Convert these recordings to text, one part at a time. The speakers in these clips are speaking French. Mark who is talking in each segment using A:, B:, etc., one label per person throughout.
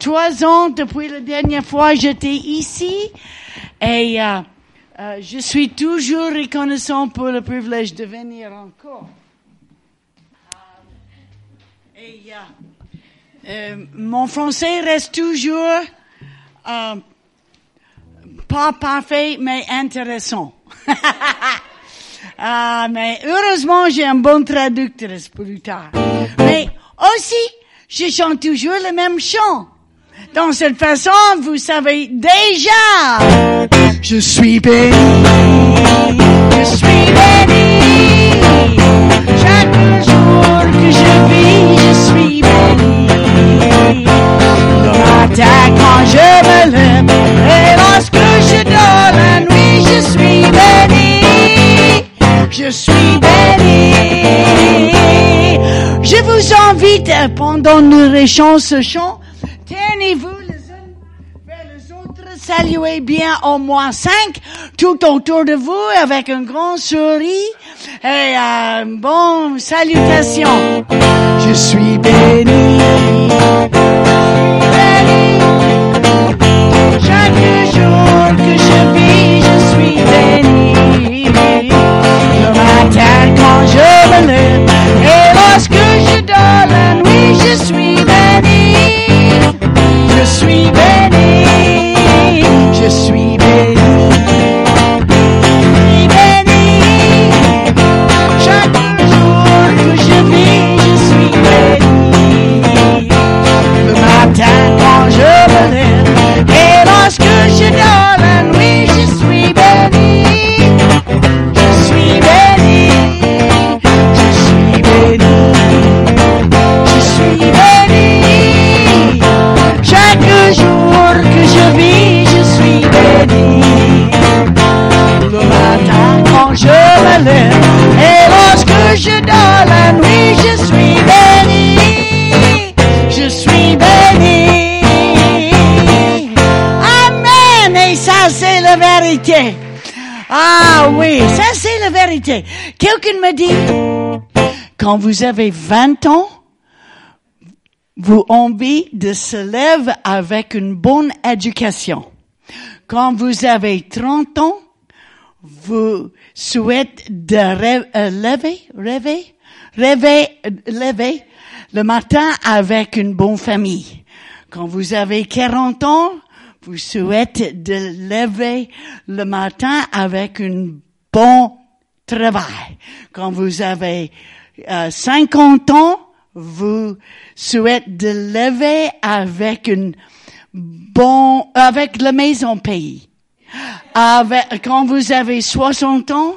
A: trois ans depuis la dernière fois que j'étais ici et euh, euh, je suis toujours reconnaissant pour le privilège de venir encore. Euh, et, euh, mon français reste toujours euh, pas parfait, mais intéressant. Ah, mais heureusement, j'ai un bon traducteur plus tard. Mais aussi, je chante toujours le même chant. Dans cette façon, vous savez déjà. Je suis béni, je suis béni. Chaque jour que je vis, je suis béni. Le matin quand je me lève et lorsque je dors la nuit, je suis béni. Je suis béni. Je vous invite, euh, pendant que nous réchons ce chant, tenez-vous les uns vers les autres, saluez bien au moins cinq, tout autour de vous, avec un grand sourire et euh, une bonne salutation. Je suis béni. béni. Chaque jour que je vis, je suis béni. Le matin quand je me lève et lorsque je dors la nuit, je suis béni. Je suis béni. Je suis béni. Je suis béni. Chaque jour que je vis, je suis béni. Le matin quand je me lève et lorsque je dors la nuit, je suis béni. Je suis béni. Je suis béni. Je suis béni. Chaque jour que je vis, je suis béni le matin quand je me lève et lorsque je dors la nuit, je suis béni, je suis béni. Amen. Et ça, c'est la vérité. Ah oui, ça, c'est la vérité. Quelqu'un me dit, quand vous avez 20 ans, vous envie de se lever avec une bonne éducation. Quand vous avez 30 ans, vous souhaitez de rê- euh, lever, rêver, rêver, euh, lever le matin avec une bonne famille. Quand vous avez 40 ans, vous souhaitez de lever le matin avec une bonne travail. Quand vous avez euh, 50 ans, vous souhaitez de lever avec une bon, avec la maison pays. Avec- quand vous avez 60 ans,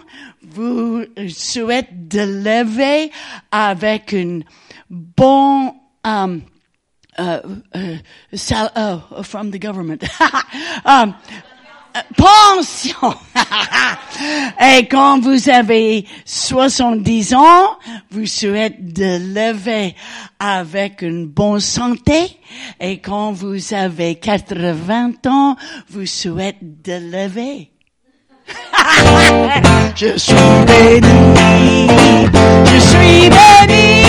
A: vous souhaitez de lever avec une bonne euh, uh, uh, sal- oh, from the government. um, uh, pension. Et quand vous avez 70 ans, vous souhaitez de lever avec une bonne santé. Et quand vous avez 80 ans, vous souhaitez de lever. Je suis béni, je suis béni.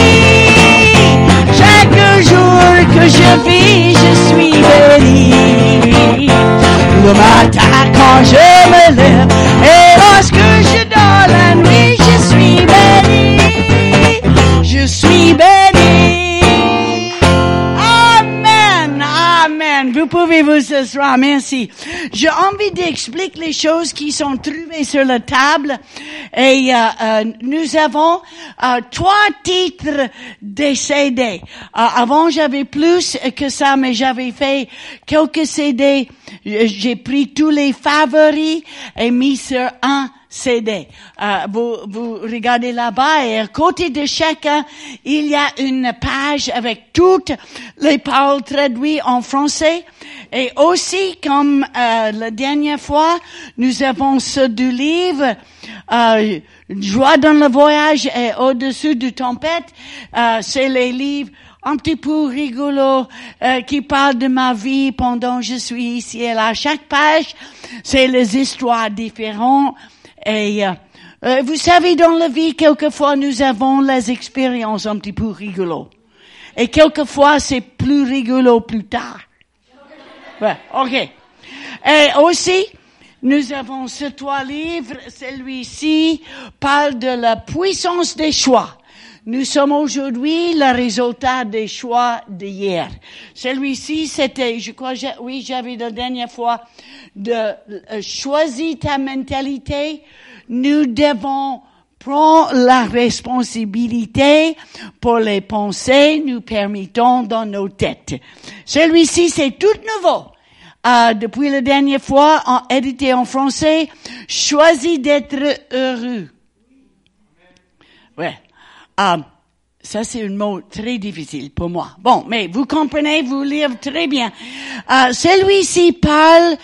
A: Chaque jour que je vis, je suis béni. Le matin quand je me lève et lorsque je dors la nuit, je suis béni. Je suis béni. Amen, amen. Vous pouvez vous asseoir, merci. J'ai envie d'expliquer les choses qui sont trouvées sur la table. Et euh, euh, nous avons euh, trois titres des CD. Euh, avant, j'avais plus que ça, mais j'avais fait quelques CD. J'ai pris tous les favoris et mis sur un CD. Euh, vous, vous regardez là-bas et à côté de chacun, il y a une page avec toutes les paroles traduites en français. Et aussi, comme euh, la dernière fois, nous avons ceux du livre euh, Joie dans le voyage et au-dessus du tempête. Euh, C'est les livres un petit peu rigolo euh, qui parle de ma vie pendant que je suis ici et là. Chaque page, c'est les histoires différentes. Et euh, euh, vous savez, dans la vie, quelquefois, nous avons les expériences un petit peu rigolo. Et quelquefois, c'est plus rigolo plus tard. Ouais, OK. Et aussi, nous avons ces trois livres. Celui-ci parle de la puissance des choix. Nous sommes aujourd'hui le résultat des choix d'hier. Celui-ci, c'était, je crois, j'ai- oui, j'avais la dernière fois, de euh, choisir ta mentalité. Nous devons prend la responsabilité pour les pensées nous permettons dans nos têtes. Celui-ci, c'est tout nouveau. Euh, depuis la dernière fois, en, édité en français, choisis d'être heureux. Ouais. Euh, ça, c'est un mot très difficile pour moi. Bon, mais vous comprenez, vous lire très bien. Euh, Celui-ci parle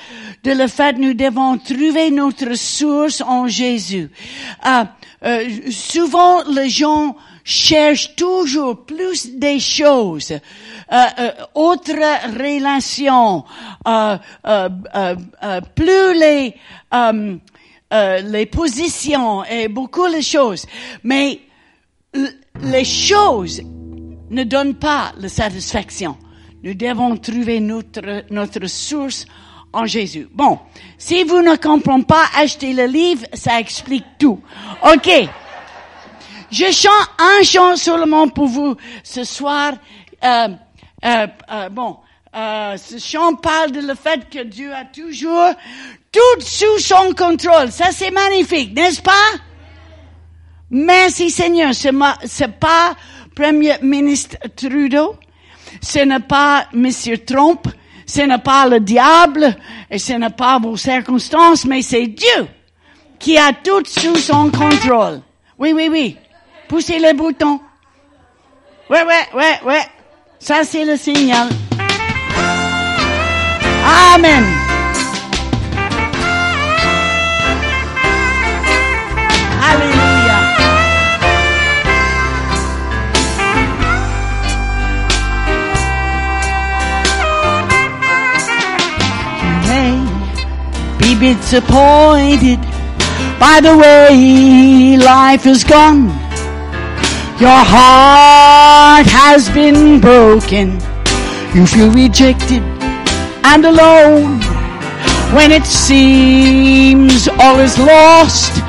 A: de le fait que nous devons trouver notre source en Jésus. Euh, euh, souvent, les gens cherchent toujours plus des choses, euh, euh, autres relations, euh, euh, euh, euh, plus les, euh, euh, les positions et beaucoup de choses. Mais l- les choses ne donnent pas la satisfaction. Nous devons trouver notre, notre source en Jésus. Bon, si vous ne comprenez pas, achetez le livre, ça explique tout. OK. Je chante un chant seulement pour vous ce soir. Euh, euh, euh, bon, euh, ce chant parle de le fait que Dieu a toujours tout sous son contrôle. Ça, c'est magnifique, n'est-ce pas? Merci Seigneur, ce n'est pas Premier ministre Trudeau, ce n'est pas Monsieur Trump, ce n'est pas le diable, et ce n'est pas vos circonstances, mais c'est Dieu qui a tout sous son contrôle. Oui, oui, oui. Poussez le bouton. Ouais, ouais, ouais, ouais. Ça, c'est le signal. Amen. Alléluia. may be disappointed by the way life has gone. Your heart has been broken. You feel rejected and alone when it seems all is lost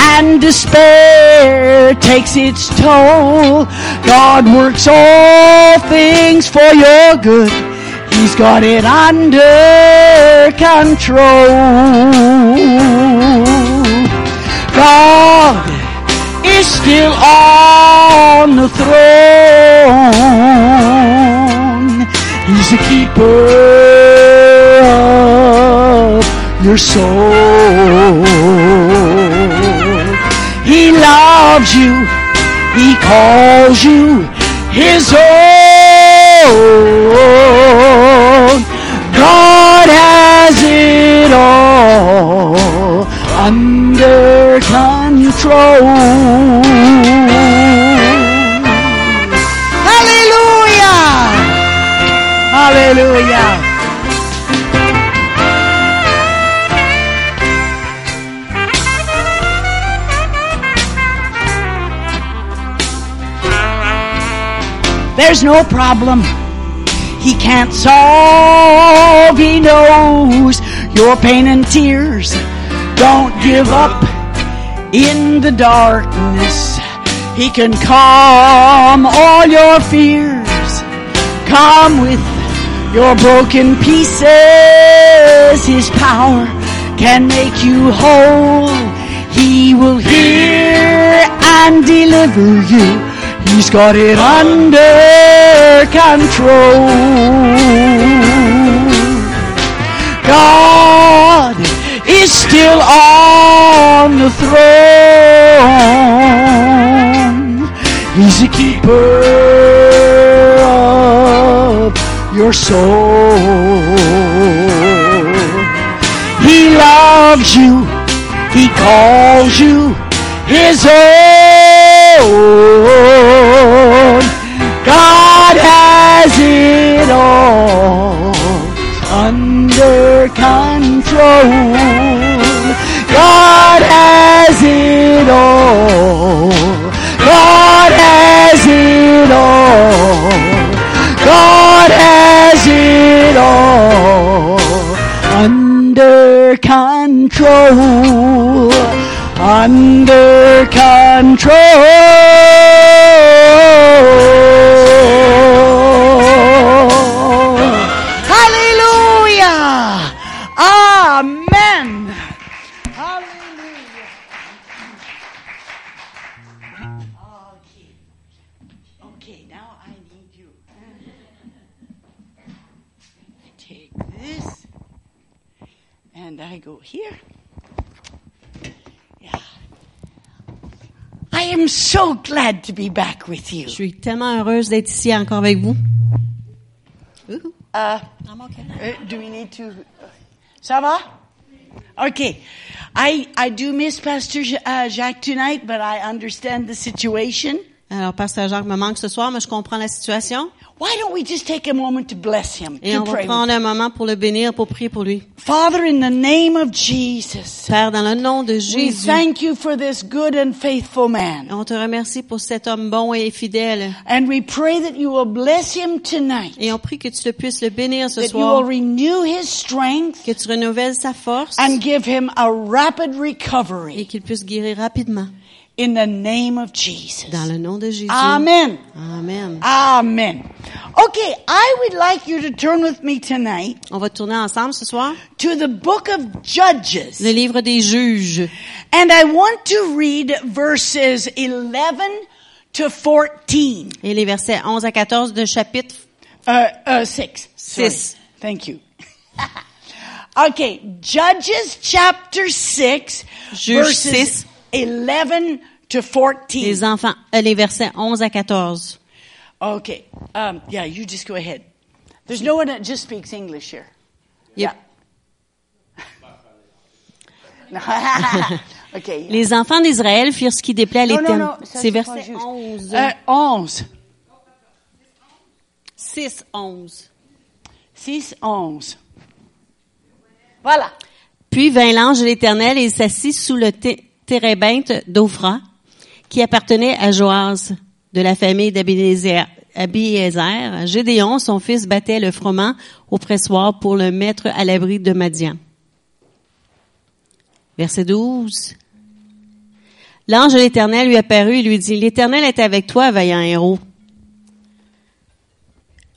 A: and despair takes its toll. God works all things for your good. He's got it under control. God is still on the throne. He's the keeper of your soul. He loves you. He calls you his own. God has it all under control. Hallelujah! Hallelujah! There's no problem he can't solve. He knows your pain and tears. Don't give up in the darkness. He can calm all your fears. Come with your broken pieces. His power can make you whole. He will hear and deliver you. He's got it under control. God is still on the throne. He's the keeper of your soul. He loves you. He calls you his own. God has it all under control. God has it all. God has it all. God has it all
B: soul under control. Hallelujah! Amen! Hallelujah! Okay. Okay, now I need you. I take this and I go here. Yeah. I am so glad to be back with you.
C: Je suis tellement heureuse d'être ici encore avec vous. Ouh,
B: Uh,
C: I'm okay.
B: Uh, do we need to? uh, Ça va? Okay. I, I do miss Pastor Ja- uh, Jacques tonight, but I understand the situation.
C: Alors, Pasteur Jacques me manque ce soir, mais je comprends la situation.
B: Why don't we just take a moment to bless him?
C: Et
B: to
C: on va
B: pray with
C: prendre un moment pour le bénir, pour prier pour lui.
B: him. Father, in the name of Jesus,
C: Père, dans le nom de
B: we
C: Jésus,
B: thank you for this good and faithful man.
C: on te remercie pour cet homme bon et fidèle.
B: And we pray that you will bless him tonight,
C: Et on prie que tu le puisses le bénir ce
B: that you will
C: soir,
B: renew his strength
C: que tu renouvelles sa force
B: and give him a rapid
C: et
B: recovery
C: qu'il puisse guérir rapidement.
B: in the name of
C: Dans
B: Jesus.
C: le nom de Jésus.
B: Amen.
C: Amen.
B: Amen. Okay, I would like you to turn with me tonight
C: On va tourner ensemble ce soir.
B: to the book of Judges.
C: Le livre des juges.
B: And I want to read verses 11 to 14.
C: Et les versets 11 à 14 de chapitre
B: Uh, uh, 6. Sorry.
C: Six.
B: Thank you. okay, Judges chapter 6,
C: Juge
B: verses
C: six.
B: 11 to 14.
C: Les enfants, euh, les versets 11 à 14.
B: Okay, um, yeah, you just go ahead. There's no one that just speaks English here.
C: Yep.
B: Yeah. okay. yeah.
C: Les enfants d'Israël firent ce qui déplaît à
B: Non, non,
C: l'Éternel.
B: non, ça,
C: C'est
B: pas
C: verset
B: juste.
C: 11.
B: Euh, 11.
C: 6, 11.
B: 6, 11. Voilà.
C: Puis vint l'ange de l'Éternel et il s'assit sous le té- térébinthe d'Ophra, qui appartenait à Joas, de la famille d'Abiezer. Abiezer. Gédéon, son fils, battait le froment au pressoir pour le mettre à l'abri de Madian. Verset 12. L'ange de l'Éternel lui apparut et lui dit, L'Éternel est avec toi, vaillant héros.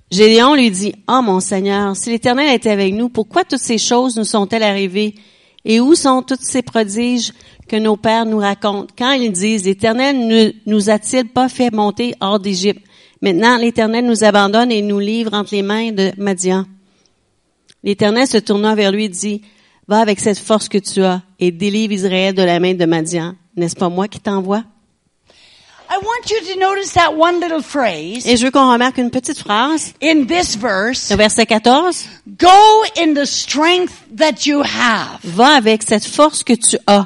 C: Gédéon lui dit, Ah mon Seigneur, si l'Éternel était avec nous, pourquoi toutes ces choses nous sont-elles arrivées? Et où sont tous ces prodiges que nos pères nous racontent? Quand ils disent, L'Éternel ne nous a-t-il pas fait monter hors d'Égypte? Maintenant, l'Éternel nous abandonne et nous livre entre les mains de Madian. L'Éternel se tourna vers lui et dit, Va avec cette force que tu as et délivre Israël de la main de Madian. N'est-ce pas moi qui t'envoie?
B: I want you to notice that one little phrase
C: Et je veux qu'on remarque une petite phrase,
B: in this verse.
C: le verset 14.
B: Go in the strength that you have.
C: Va avec cette force que tu as.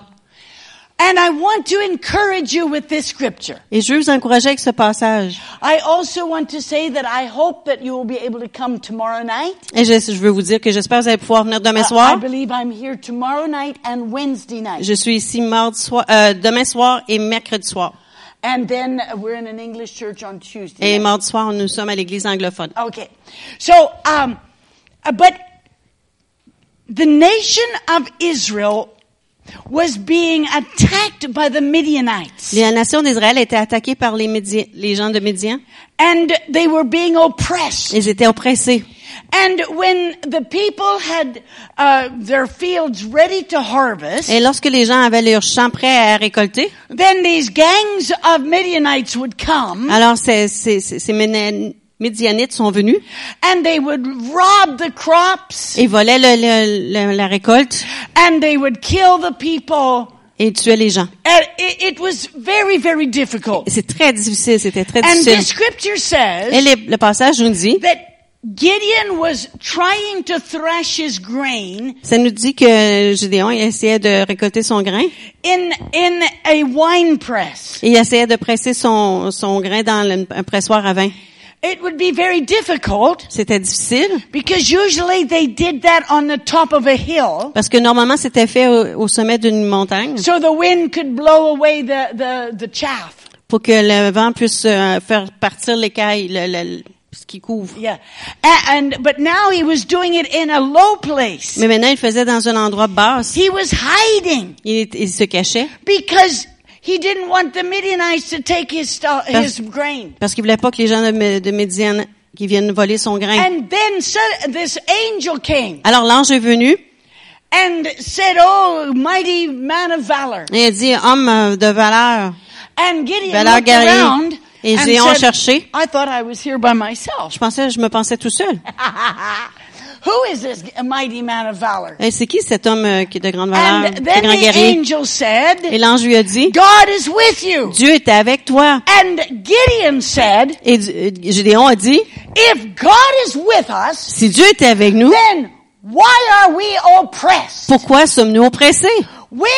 B: And I want to encourage you with this scripture.
C: Et je veux vous encourager avec ce passage.
B: I also want to say that I hope that you will be able to come tomorrow night.
C: Et je, je veux vous dire que j'espère que vous allez pouvoir venir demain
B: Uh, I
C: soir.
B: believe I'm here tomorrow night and Wednesday night.
C: Je suis ici mardi soir, euh, demain soir et mercredi soir.
B: And then we're in an English church on Tuesday.
C: Et
B: night.
C: mardi soir, nous sommes à l'église anglophone.
B: Okay. So, um, uh, but the nation of Israel was being attacked by the Midianites.
C: La nation d'Israël était attaquée par les, Médi- les gens de Médian.
B: And they were being oppressed.
C: Ils étaient oppressés.
B: And when the people had uh, their fields ready to harvest,
C: Et lorsque les gens avaient leurs champs prêts à récolter,
B: then these gangs of Midianites would come
C: alors ces, ces, ces- ces Ménan- Médianites sont venus
B: and they would rob the crops
C: et volaient le- le- le- la récolte
B: and they would kill the people.
C: et tuaient les gens.
B: And it, it was very, very difficult.
C: Et C'est très difficile, c'était très
B: And the
C: difficile.
B: scripture
C: Et
B: says
C: les- le passage nous dit,
B: that Gideon was trying to thresh his grain
C: ça nous dit que Gédéon il essayait de récolter son grain
B: in in a wine press.
C: et il essayait de presser son, son grain dans le- un pressoir à vin.
B: It would be very difficult
C: C'était difficile
B: Because usually they did that on the top of a hill
C: parce que normalement c'était fait au, au sommet d'une montagne
B: so the wind could blow away the, the, the chaff.
C: pour que le vent puisse euh, faire partir l'écaille, le, le- le- ce qui couvre.
B: Yeah. A- And, but now he was doing it in a low place.
C: Mais maintenant, il le faisait dans un endroit bas.
B: He was hiding
C: Il, est- il se cachait
B: because he didn't want the Midianites to take his stuff, his grain.
C: parce qu'il voulait pas que les gens de, Mé- de Médiane qui viennent voler son grain.
B: And then so, this angel came
C: Alors l'ange est venu
B: and said, "Oh, mighty man of valor!"
C: et il a dit homme euh, de valeur.
B: And Gideon
C: Valeur
B: looked
C: guerrier.
B: around
C: Et
B: and
C: Géant
B: said,
C: cherché.
B: "I thought I was here by myself.
C: Je pensais, je me pensais tout seul.
B: Who is this mighty man of valor?"
C: Et c'est qui cet homme euh, qui est de grande valeur,
B: And Ben
C: de
B: then
C: grand
B: the
C: guerrier
B: angel said,
C: Et l'ange lui a dit
B: "God is with you."
C: Dieu est avec toi.
B: And Gideon said,
C: Et du- euh, Gédéon a dit
B: "If God is with us,
C: si Dieu était avec nous,
B: then why are we oppressed?
C: pourquoi sommes-nous oppressés
B: Where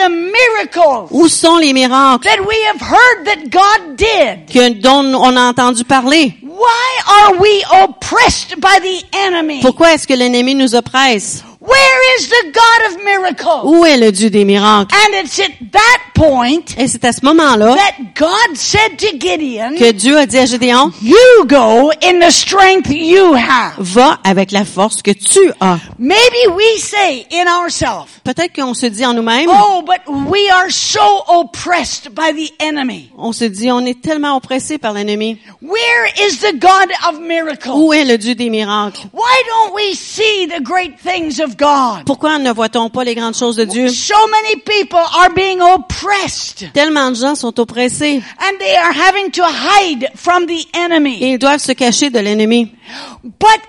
B: are the miracles
C: Où sont les miracles
B: that we have heard that God did?
C: que, dont on a entendu parler
B: Why are we oppressed by the enemy?
C: Pourquoi est-ce que l'ennemi nous oppresse
B: Where is the God of miracles?
C: Où est le Dieu des miracles
B: And it's at that point
C: Et c'est à ce moment-là
B: that God said to Gideon,
C: que Dieu a dit à Gédéon
B: you go in the strength you have.
C: Va avec la force que tu as.
B: Maybe we say in ourselves,
C: Peut-être qu'on se dit en nous-mêmes
B: oh, but we are so oppressed by the enemy.
C: On se dit, on est tellement oppressé par l'ennemi.
B: Where is the God of miracles?
C: Où est le Dieu des miracles?
B: Why don't we see the great things of God?
C: Pourquoi ne voit-on pas les grandes choses de Dieu?
B: So many people are being oppressed
C: Tellement de gens sont oppressés
B: and they are having to hide from the enemy.
C: et ils doivent se cacher de l'ennemi.
B: But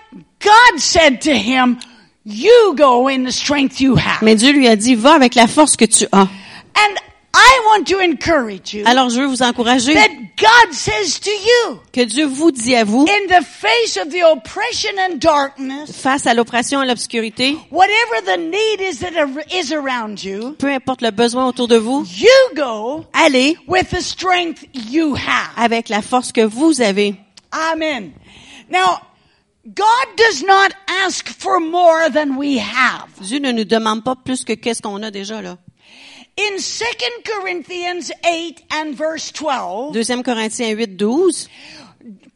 B: God said to him, you go in the strength you have.
C: Mais Dieu lui a dit, va avec la force que tu as.
B: And I want to encourage you
C: Alors je veux vous encourager
B: that God says to you,
C: que Dieu vous dit à vous,
B: in the face of the oppression and darkness,
C: face à l'oppression et l'obscurité,
B: whatever the need is that ar- is around you,
C: peu importe le besoin autour de vous,
B: you go
C: allez
B: with the strength you have.
C: avec la force que vous avez.
B: Amen. Now, God does not ask for more than we have.
C: Dieu ne nous demande pas plus que qu'est-ce qu'on a déjà là.
B: In 2 Corinthians 8 and verse 12,
C: 2 Corinthiens 8, 12,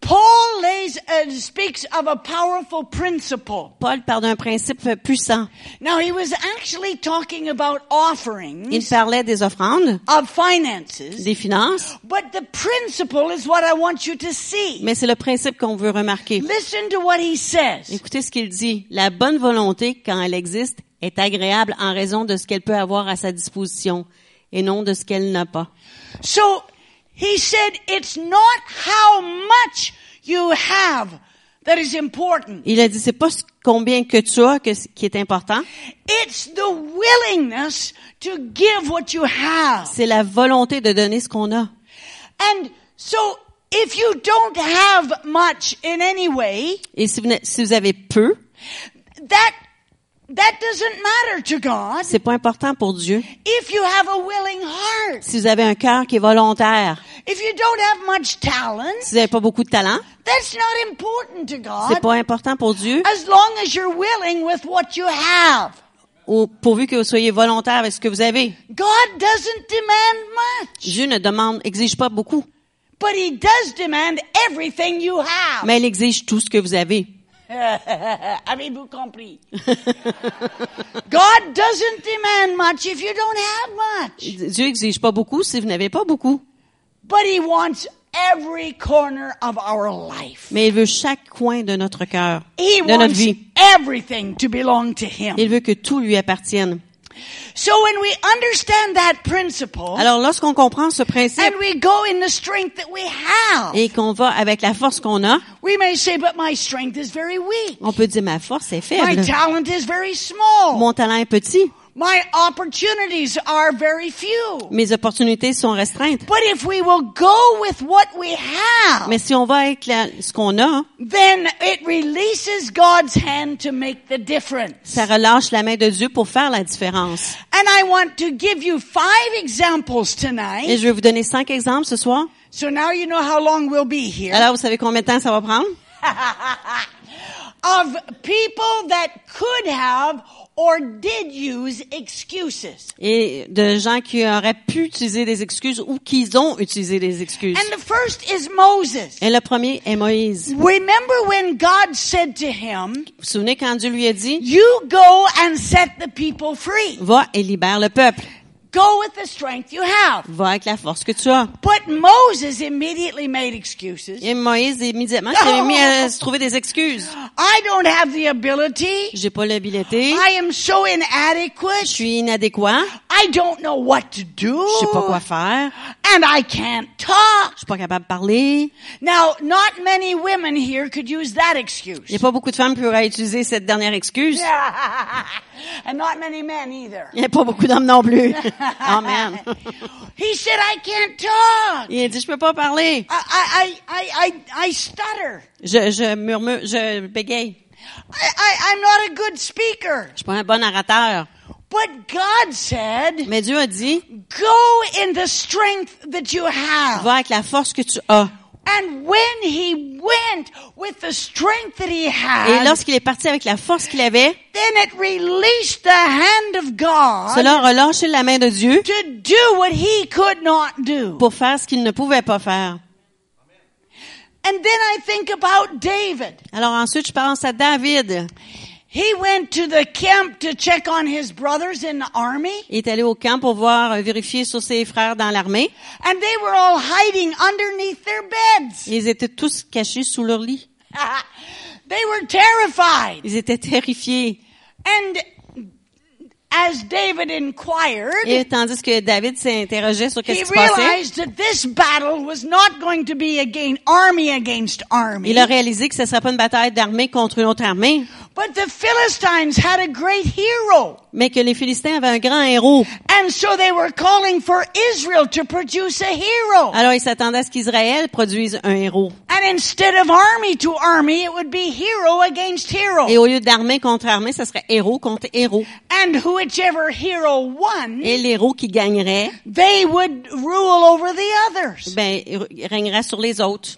B: Paul lays, uh, speaks of a powerful principle.
C: Paul parle d'un principe puissant.
B: Now, he was actually talking about offerings
C: Il parlait des offrandes,
B: of finances,
C: des finances,
B: but the principle is what I want you to see.
C: Mais c'est le principe qu'on veut remarquer.
B: Listen to what he says.
C: Écoutez ce qu'il dit. La bonne volonté, quand elle existe, est agréable en raison de ce qu'elle peut avoir à sa disposition et non de ce qu'elle n'a pas.
B: So, he said it's not how much you have that is important.
C: Il a dit, c'est pas ce- combien que tu as que, qui est important,
B: It's the willingness to give what you have.
C: c'est la volonté de donner ce qu'on a.
B: And so if you don't have much in any way,
C: Et si vous, n'a- si vous avez peu,
B: that that doesn't matter to God
C: c'est pas important pour Dieu.
B: if you have a willing heart.
C: Si vous avez un cœur qui est volontaire,
B: If you don't have much talent,
C: si vous n'avez pas beaucoup de talent,
B: that's not important to God
C: c'est pas important pour Dieu,
B: as long as you're willing with what you have.
C: ou pourvu que vous soyez volontaire avec ce que vous avez.
B: God doesn't demand much,
C: Dieu ne demande, exige pas beaucoup,
B: but he does demand everything you have.
C: mais il exige tout ce que vous avez.
B: Avez-vous compris? God doesn't demand much if you don't have much,
C: Dieu exige pas beaucoup si vous n'avez pas beaucoup,
B: but He wants every corner of our life.
C: mais il veut chaque coin de notre cœur,
B: He
C: de notre
B: wants
C: vie.
B: everything to belong to Him.
C: Il veut que tout lui appartienne.
B: So when we understand that principle
C: Alors lorsqu'on comprend ce principe
B: and we go in the strength that we have,
C: et qu'on va avec la force qu'on a,
B: we may say, but my strength is very weak.
C: on peut dire ma force est
B: My
C: faible,
B: talent is very small.
C: Oh, mon talent est petit,
B: My opportunities are very few.
C: mes opportunités sont restreintes.
B: But if we will go with what we have,
C: Mais si on va avec la- ce qu'on a,
B: then it releases God's hand to make the difference.
C: ça relâche la main de Dieu pour faire la différence.
B: And I want to give you five examples
C: Et
B: tonight.
C: je vais vous donner cinq exemples ce soir.
B: So now you know how long we'll be here.
C: Alors vous savez combien de temps ça va prendre
B: Of people that could have or did use excuses.
C: et de gens qui auraient pu utiliser des excuses ou qui ont utilisé des excuses.
B: And the first is Moses.
C: Et le premier est Moïse.
B: Remember when God said to him,
C: Vous vous souvenez quand Dieu lui a dit,
B: You go and set the people free.
C: va et libère le peuple.
B: Go with the strength you have.
C: Va avec la force que tu as.
B: But Moses immediately made excuses.
C: Et Moïse, immédiatement, s'est mis à se trouver des excuses.
B: I don't have the ability.
C: J'ai pas l'habileté.
B: I am so
C: Je
B: inadequate.
C: suis inadéquat.
B: I don't know what to do.
C: Je sais pas quoi faire.
B: And I can't talk.
C: Je suis pas capable de parler.
B: Now, not many women here could use that excuse.
C: Il n'y a pas beaucoup de femmes qui auraient utilisé cette dernière excuse.
B: and not many men either.
C: Il n'y a pas beaucoup d'hommes non plus. Oh, Amen.
B: He said, I can't talk.
C: Il a dit, je peux pas parler.
B: I, I, I, I, I stutter.
C: Je, je murmure, je
B: I,
C: bégaye.
B: I, I'm not a good speaker.
C: Je suis pas un bon orateur.
B: But God said,
C: Mais Dieu a dit,
B: go in the strength that you have.
C: va avec la force que tu as.
B: And when he went with the strength that he
C: Et
B: had,
C: lorsqu'il est parti avec la force qu'il avait,
B: then it released the hand of God
C: cela a relâché la main de Dieu
B: to do what he could not do.
C: pour faire ce qu'il ne pouvait pas faire.
B: And then I think about David.
C: Alors ensuite, je pense à David.
B: He went to the camp to check on his brothers in the army,
C: Il est allé au camp pour voir, euh, vérifier sur ses frères dans l'armée.
B: and they were all hiding underneath their beds.
C: Ils étaient tous cachés sous leur lit.
B: they were terrified.
C: Ils étaient terrifiés.
B: And as David inquired,
C: Et tandis que David s'interrogeait sur
B: he
C: qu'est-ce qui se passait,
B: realized that this battle was not going to be against army against army,
C: il a réalisé que ce ne serait pas une bataille d'armée contre une autre armée,
B: but the Philistines had a great hero.
C: mais que les Philistins avaient un grand héros.
B: And so they were calling for Israel to produce a hero.
C: Alors ils s'attendaient à ce qu'Israël produise un héros.
B: And instead of army to army, it would be hero against hero.
C: Et au lieu d'armée contre armée, ce serait héros contre héros.
B: And whichever hero won,
C: Et l'héros qui gagnerait,
B: they would rule over the others.
C: ben, il règnera sur les autres.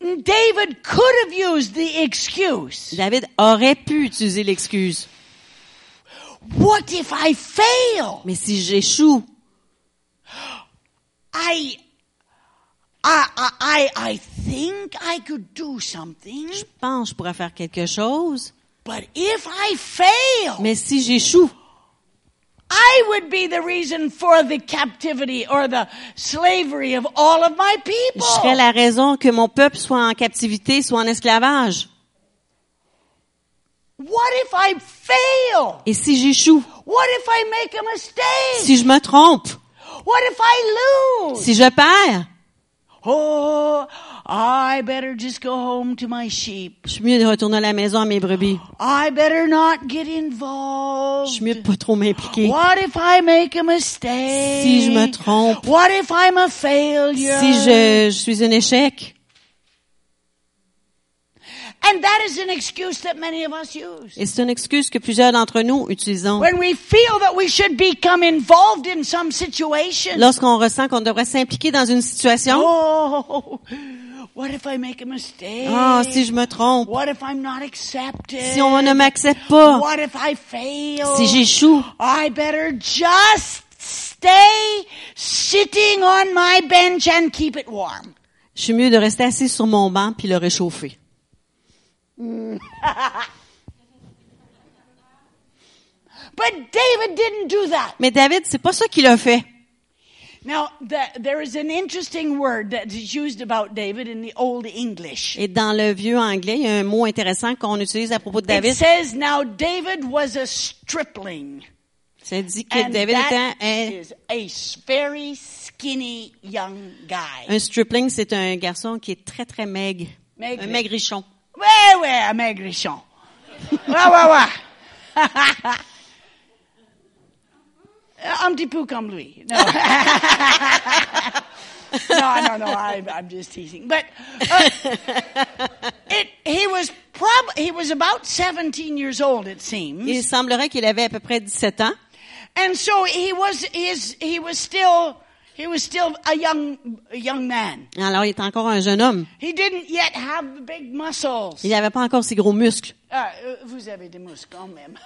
B: David could have used the excuse.
C: David aurait pu utiliser l'excuse.
B: What if I fail?
C: Mais si j'échoue,
B: I, I, I, I, I think I could do something,
C: je pense que je pourrais faire quelque chose.
B: but if I fail,
C: Mais si j'échoue,
B: I would be the reason for the captivity or the slavery of all of my
C: je serais
B: people.
C: la raison que mon peuple soit en captivité, soit en esclavage.
B: What if I fail?
C: Et si j'échoue,
B: What if I make a mistake?
C: si je me trompe,
B: What if I lose?
C: si je perds,
B: Oh, I better just go home to my sheep.
C: je suis mieux de retourner à la maison à mes brebis.
B: I better not get
C: Je
B: involved.
C: suis mieux de pas trop m'impliquer.
B: What if I make a mistake?
C: Si je me trompe.
B: What if I'm a failure?
C: Si je, je suis un échec.
B: And that is an excuse that many of us use.
C: Et c'est une excuse que plusieurs d'entre nous utilisons.
B: When we feel that we should become involved in some situation.
C: Lorsqu'on ressent qu'on devrait s'impliquer dans une situation,
B: Oh, what if I make a mistake?
C: ah, si je me trompe,
B: What if I'm not accepted?
C: si on ne m'accepte pas,
B: What if I fail?
C: si j'échoue,
B: I better just stay sitting on my bench and keep it warm.
C: je suis mieux de rester assis sur mon banc puis le réchauffer.
B: But David didn't do that.
C: Mais David, c'est pas ça qu'il a fait.
B: Now, the, there is an interesting word that is used about David in the Old English.
C: Et dans le vieux anglais, il y a un mot intéressant qu'on utilise à propos de
B: It
C: David.
B: says, Now David was a stripling.
C: Ça dit que
B: And
C: David eh? était
B: that
C: un,
B: is a s- very skinny young guy.
C: un stripling, c'est un garçon qui est très très maigre,
B: Maigre.
C: un maigrichon.
B: Ouais, ouais, un maigrichon. Ouais, ouais, ouais. Un petit peu comme lui. No, no, no, no I'm, I'm just teasing. But uh, it, he was prob- he was about 17 years old, it
C: Il
B: seems.
C: semblerait qu'il avait à peu près 17 ans.
B: And so he was, he is, he was still He was still a young, a young man.
C: Alors, il était encore un jeune homme.
B: He didn't yet have the big muscles.
C: Il n'avait pas encore ses gros muscles.
B: Ah, euh, vous avez des muscles quand même.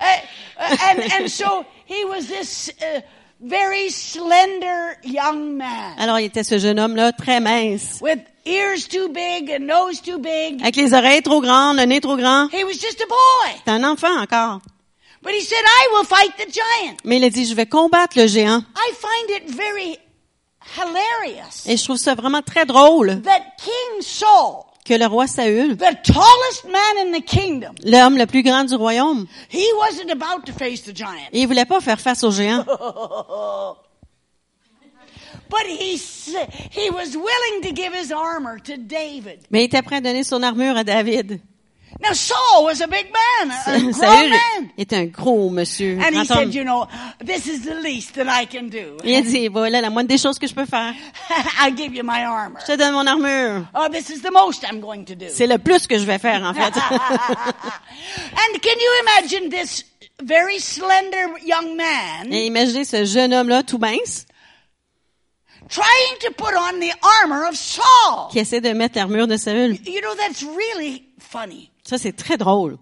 B: Eh, eh, and, and so he was this uh, very slender young man
C: Alors, il était ce jeune homme-là, très mince,
B: with ears too big and nose too big.
C: avec les oreilles trop grandes, le nez trop grand.
B: He was just a boy.
C: C'est un enfant encore.
B: But he said, I will fight the giant.
C: Mais il a dit, je vais combattre le géant.
B: I find it very hilarious
C: Et je trouve ça vraiment très drôle
B: that King Saul,
C: que le roi Saül,
B: the tallest man in the kingdom,
C: l'homme le plus grand du royaume,
B: he wasn't about to face the giant.
C: il voulait pas faire face au géant.
B: but he s- he was willing to give his armor to David.
C: Mais il était prêt à donner son armure à David.
B: Now Saul was a big man, a grown
C: Saül
B: man,
C: était un gros monsieur.
B: and he
C: grand homme.
B: said, "You know, this is the least that I can do.
C: Il a dit, voilà la moindre des choses que je peux faire.
B: I give you my armor.
C: Je te donne mon armure.
B: Oh, this is the most I'm going to do."
C: C'est le plus que je vais faire, en fait.
B: and can you imagine this very slender young man
C: Et imaginez ce jeune homme-là, tout mince,
B: trying to put on the armor of Saul?
C: qui essaie de mettre l'armure de Saül.
B: You know, that's really funny.
C: Ça, c'est très drôle.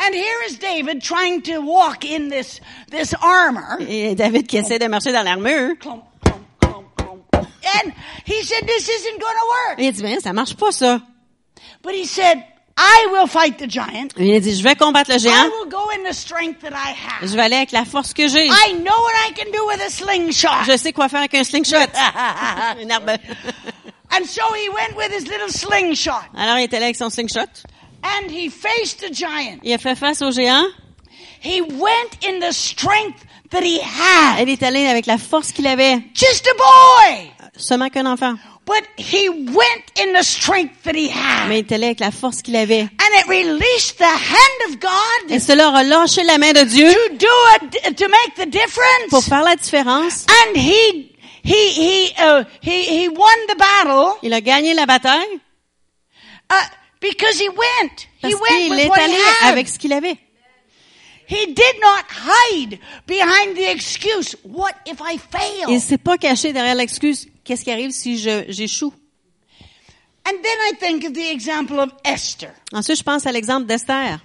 B: And here is David trying to walk in this this armor.
C: Et David qui essaie de marcher dans l'armure.
B: Clomp, clomp, clomp, clomp. And he said, This isn't going to work.
C: Et il dit, ben, ça marche pas, ça.
B: But he said, I will fight the giant.
C: Il a dit, je vais combattre le
B: I
C: géant.
B: will go in the strength that I have.
C: Je vais aller avec la force que j'ai.
B: I know what I can do with a slingshot.
C: Je sais quoi faire avec un slingshot. Une arme.
B: And so he went with his little slingshot
C: Alors, il était là avec son slingshot.
B: and he faced the giant.
C: Il a fait face au géant.
B: He went in the strength that he had.
C: Elle est allée avec la force qu'il avait.
B: Just a boy.
C: Seulement qu'un enfant.
B: But he went in the strength that he had.
C: Mais il est allé avec la force qu'il avait.
B: and it released the hand of God
C: Et cela aura lâché la main de Dieu
B: to do it to make the
C: pour
B: difference.
C: faire la différence.
B: And he he he uh, he he won the battle
C: Il a gagné la bataille
B: uh, because he went.
C: parce
B: He went
C: qu'il
B: with
C: est
B: what he
C: allé
B: had.
C: avec ce qu'il avait.
B: He did not hide behind the excuse. What if I fail?
C: Il s'est pas caché derrière l'excuse. Qu'est-ce qui arrive si je- j'échoue?
B: and then I think of the example of Esther.
C: Ensuite, je pense à l'exemple d'Esther.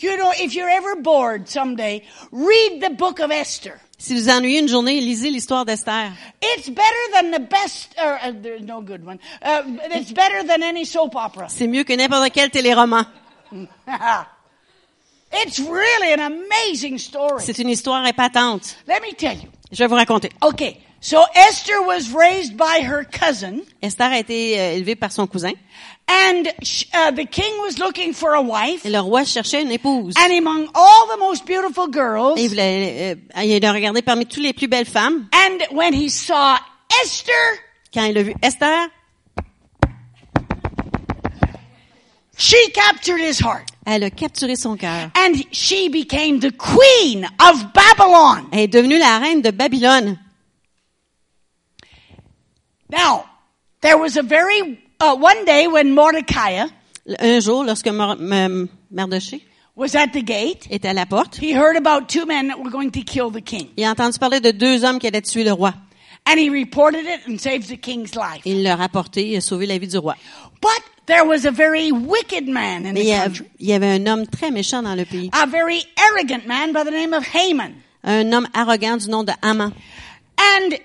B: You know, if you're ever bored someday, read the book of Esther.
C: Si vous ennuyez une journée, lisez l'histoire d'Esther.
B: It's better than the best, or uh, there's no good one. Uh, it's better than any soap opera.
C: C'est mieux que n'importe quel téléroman.
B: it's really an amazing story.
C: C'est une histoire épatante.
B: Let me tell you.
C: Je vais vous raconter.
B: Okay, so Esther was raised by her cousin,
C: Esther a été euh, élevée par son cousin.
B: and sh uh, the king was looking for a wife,
C: Et le roi cherchait une épouse.
B: and among all the most beautiful
C: Et il,
B: girls,
C: voulait, euh, il a regardé parmi toutes les plus belles femmes.
B: and when he saw Esther,
C: Quand il a vu Esther,
B: she captured his heart,
C: elle a capturé son cœur.
B: and she became the queen of Babylon.
C: Elle est devenue la reine de Babylone.
B: Now, there was a very, uh, one day when Mordecai
C: Un jour, lorsque Mor- M- Mardoché
B: was at the gate,
C: était à la porte,
B: he heard about two men that were going to kill the king.
C: il a entendu parler de deux hommes qui allaient tuer le roi.
B: And he reported it and saved the king's life.
C: Il leur a porté, il a sauvé la vie du roi.
B: But there was a very wicked man in
C: Mais il
B: the
C: y, a-
B: country,
C: il y avait un homme très méchant dans le pays.
B: a very arrogant man by the name of Haman.
C: Un homme arrogant du nom de Haman.
B: And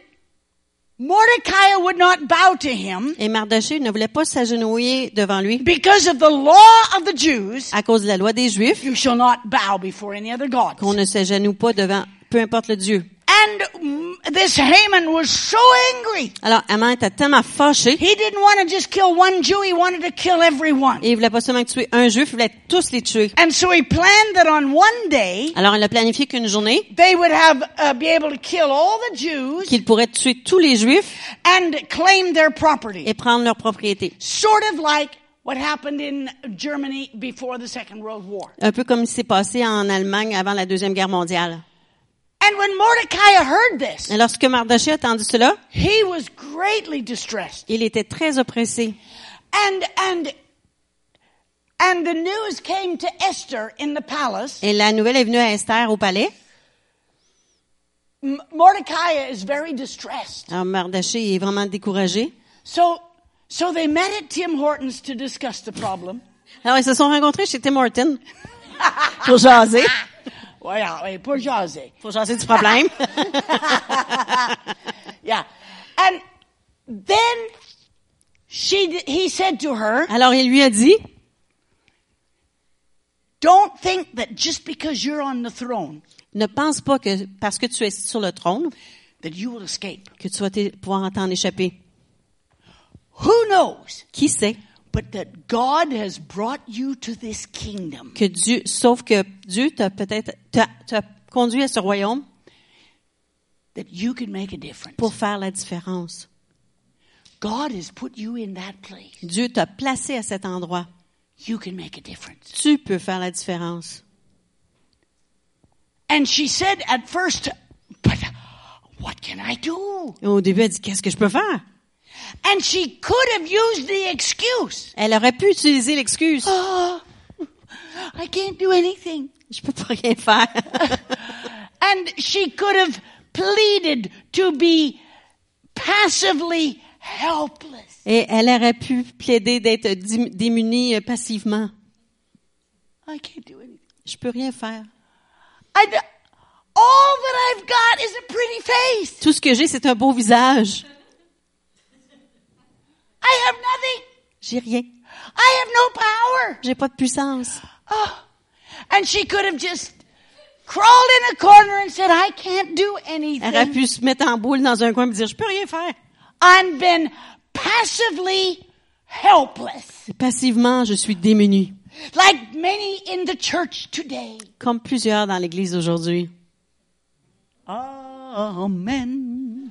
B: Mordecai would not bow to him
C: Et Mardoché ne voulait pas s'agenouiller devant lui
B: because of the law of the Jews.
C: à cause de la loi des Juifs
B: You shall not bow before any other gods.
C: qu'on ne s'agenouille pas devant peu importe le Dieu.
B: And mm, this Haman was so angry.
C: Alors Haman était tellement fâché,
B: He didn't want to just kill one Jew, he wanted to kill everyone.
C: et il voulait pas seulement tuer un Juif, il voulait tous les tuer.
B: And so he planned that on one day
C: Alors il a planifié qu'une journée,
B: they would have uh, be able to kill all the Jews
C: qu'il pourrait tuer tous les Juifs
B: and claim their property.
C: et prendre leurs propriétés.
B: sort of like what happened in Germany before the Second World War.
C: Un peu comme il s'est passé en Allemagne avant la Deuxième Guerre mondiale.
B: And when Mordecai heard this,
C: Et lorsque Mardoché a entendu cela,
B: he was greatly distressed.
C: il était très oppressé.
B: And and and the news came to Esther in the palace,
C: Et la nouvelle est venue à Esther au palais,
B: M- Mordecai is very distressed.
C: Alors, Mardaché est vraiment découragé.
B: So, so they met at Tim Hortons to discuss the problem.
C: Alors, ils se sont rencontrés chez Tim Horton pour jaser,
B: Well, yeah, wait, poor Jose.
C: pour jaser du problème.
B: Yeah. And then she, d- he said to her,
C: Alors, il lui a dit,
B: don't think that just because you're on the throne
C: ne pense pas que parce que tu es sur le trône,
B: that you will escape.
C: que tu vas t'é- pouvoir t'en échapper.
B: Who knows?
C: Qui sait
B: But that God has brought you to this kingdom.
C: que Dieu, sauf que Dieu t'a peut-être, t'a, t'a conduit à ce royaume
B: that you can make a difference.
C: pour faire la différence.
B: God has put you in that place.
C: Dieu t'a placé à cet endroit.
B: You can make a difference.
C: Tu peux faire la différence.
B: And she said at first, but what can I do?
C: Et au début, elle dit, qu'est-ce que je peux faire?
B: And she could have used the excuse.
C: Elle aurait pu utiliser l'excuse.
B: Oh, I can't do anything.
C: Je peux pas rien faire.
B: And she could have pleaded to be passively helpless.
C: Et elle aurait pu plaider d'être dim- démunie euh, passivement.
B: I can't do anything.
C: Je peux rien faire.
B: I d- all that I've got is a pretty face.
C: Tout ce que j'ai, c'est un beau visage.
B: I have nothing.
C: J'ai rien.
B: I have no power.
C: J'ai pas de puissance.
B: Oh. And she could have just crawled in a corner and said, I can't do
C: Elle aurait
B: anything.
C: pu se mettre en boule dans un coin et dire, je peux rien faire.
B: I've been passively helpless,
C: Passivement, je suis démunie.
B: like many in the church today.
C: Comme plusieurs dans l'église aujourd'hui.
B: Amen.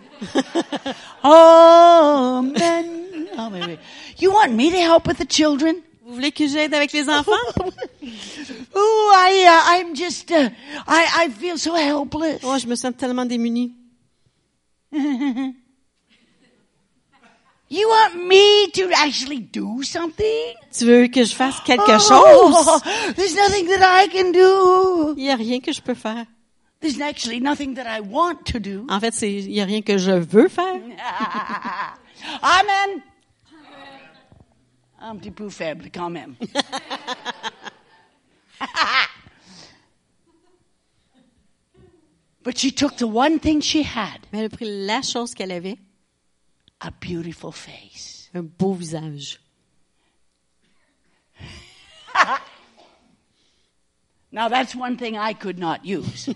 B: Amen. Oh, wait, wait. You want me to help with the children?
C: Vous voulez que j'aide avec les enfants?
B: Oh, I, uh, I'm just, uh, I, I feel so helpless.
C: Oh, je me sens tellement démunie.
B: You want me to actually do something?
C: Tu veux que je fasse quelque
B: Oh,
C: chose?
B: there's nothing that I can do.
C: Il n'y a rien que je peux faire.
B: There's actually nothing that I want to do.
C: En fait, c'est, il n'y a rien que je veux faire.
B: Amen. Un petit peu faible quand même. but she took the one thing she had,
C: Mais elle a pris la chose qu'elle avait,
B: a beautiful face.
C: un beau visage.
B: Now that's one thing I could not use.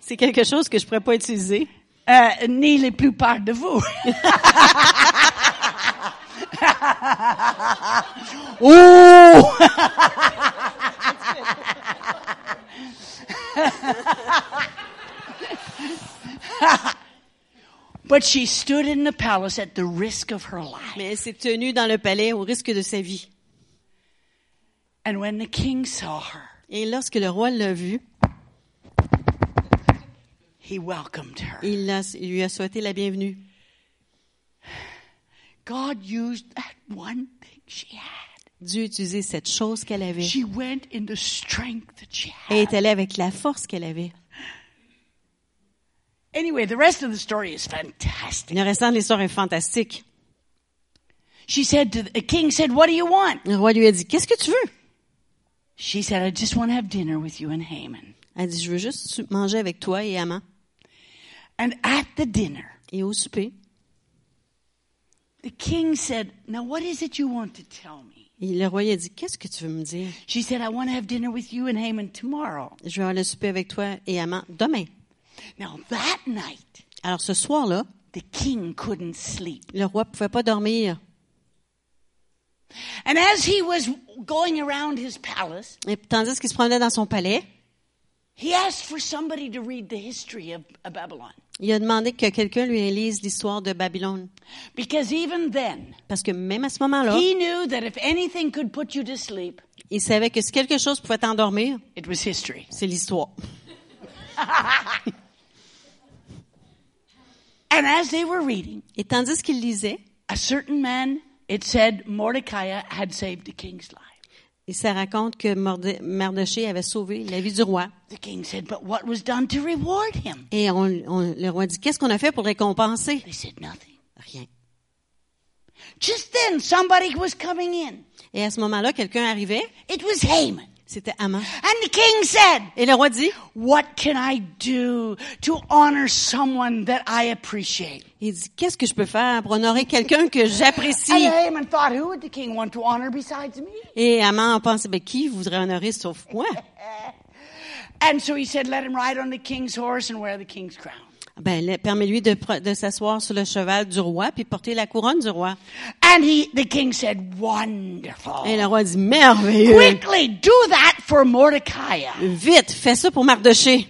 C: C'est quelque chose que je pourrais pas utiliser.
B: Euh, ni les plupart de vous. oh! But she stood in the palace at the risk of her life.
C: Mais elle s'est tenue dans le palais au risque de sa vie.
B: And when the king saw her,
C: Et lorsque le roi l'a vue,
B: he welcomed her.
C: il, l'a- il lui a souhaité la bienvenue.
B: God used that one thing she had.
C: Dieu a utilisé cette chose qu'elle avait.
B: She went in the strength that she
C: Elle
B: had.
C: est allée avec la force qu'elle avait.
B: Anyway, the rest of the story is fantastic.
C: Le restant de l'histoire est fantastique.
B: She said to the, the king said, "What do you want?"
C: Le roi lui a dit, qu'est-ce que tu veux?
B: She said, "I just want to have dinner with you and Haman."
C: Elle dit, je veux juste manger avec toi et Amant.
B: And at the dinner,
C: Et au souper,
B: the king said, "Now what is it you want to tell me?"
C: et le roi lui a dit, qu'est-ce que tu veux me dire?
B: She said, "I want to have dinner with you and Haman tomorrow."
C: Je vais avoir le souper avec toi et Amant demain.
B: Now that night,
C: Alors ce soir-là,
B: the king couldn't sleep.
C: le roi pouvait pas dormir.
B: And as he was going around his palace,
C: Et tandis qu'il se promenait dans son palais,
B: he asked for somebody to read the history of, of Babylon.
C: il a demandé que quelqu'un lui lise l'histoire de Babylone.
B: Because even then,
C: Parce que même à ce moment-là,
B: he knew that if anything could put you to sleep,
C: il savait que si quelque chose pouvait t'endormir,
B: it was history.
C: c'est l'histoire.
B: And as they were reading,
C: Et tandis qu'il lisait,
B: a certain man, it said Mordecai had saved the king's life.
C: Et ça raconte que Morde- Mardoché avait sauvé la vie du roi.
B: The king said, But what was done to reward him?
C: Et on- on- le roi dit, qu'est-ce qu'on a fait pour récompenser?
B: They said nothing.
C: Rien.
B: Just then, somebody was coming in.
C: Et à ce moment-là, quelqu'un arrivait,
B: It was Haman.
C: c'était Aman.
B: And the king said,
C: Et le roi dit,
B: What can I do to honor someone that I appreciate?
C: il dit, qu'est-ce que je peux faire pour honorer quelqu'un que j'apprécie?
B: And Haman thought, Who would the king want to honor besides me?
C: Et Aman en pensait, ben, qui voudrait honorer sauf moi?
B: And so he said, Let him ride on the king's horse and wear the king's crown.
C: Ben, le- permets-lui de, pre- de s'asseoir sur le cheval du roi puis porter la couronne du roi.
B: And he, the king said,
C: Et le
B: Wonderful.
C: roi dit, merveilleux!
B: Quickly do that for Mordecai.
C: Vite, fais ça pour Mardoché.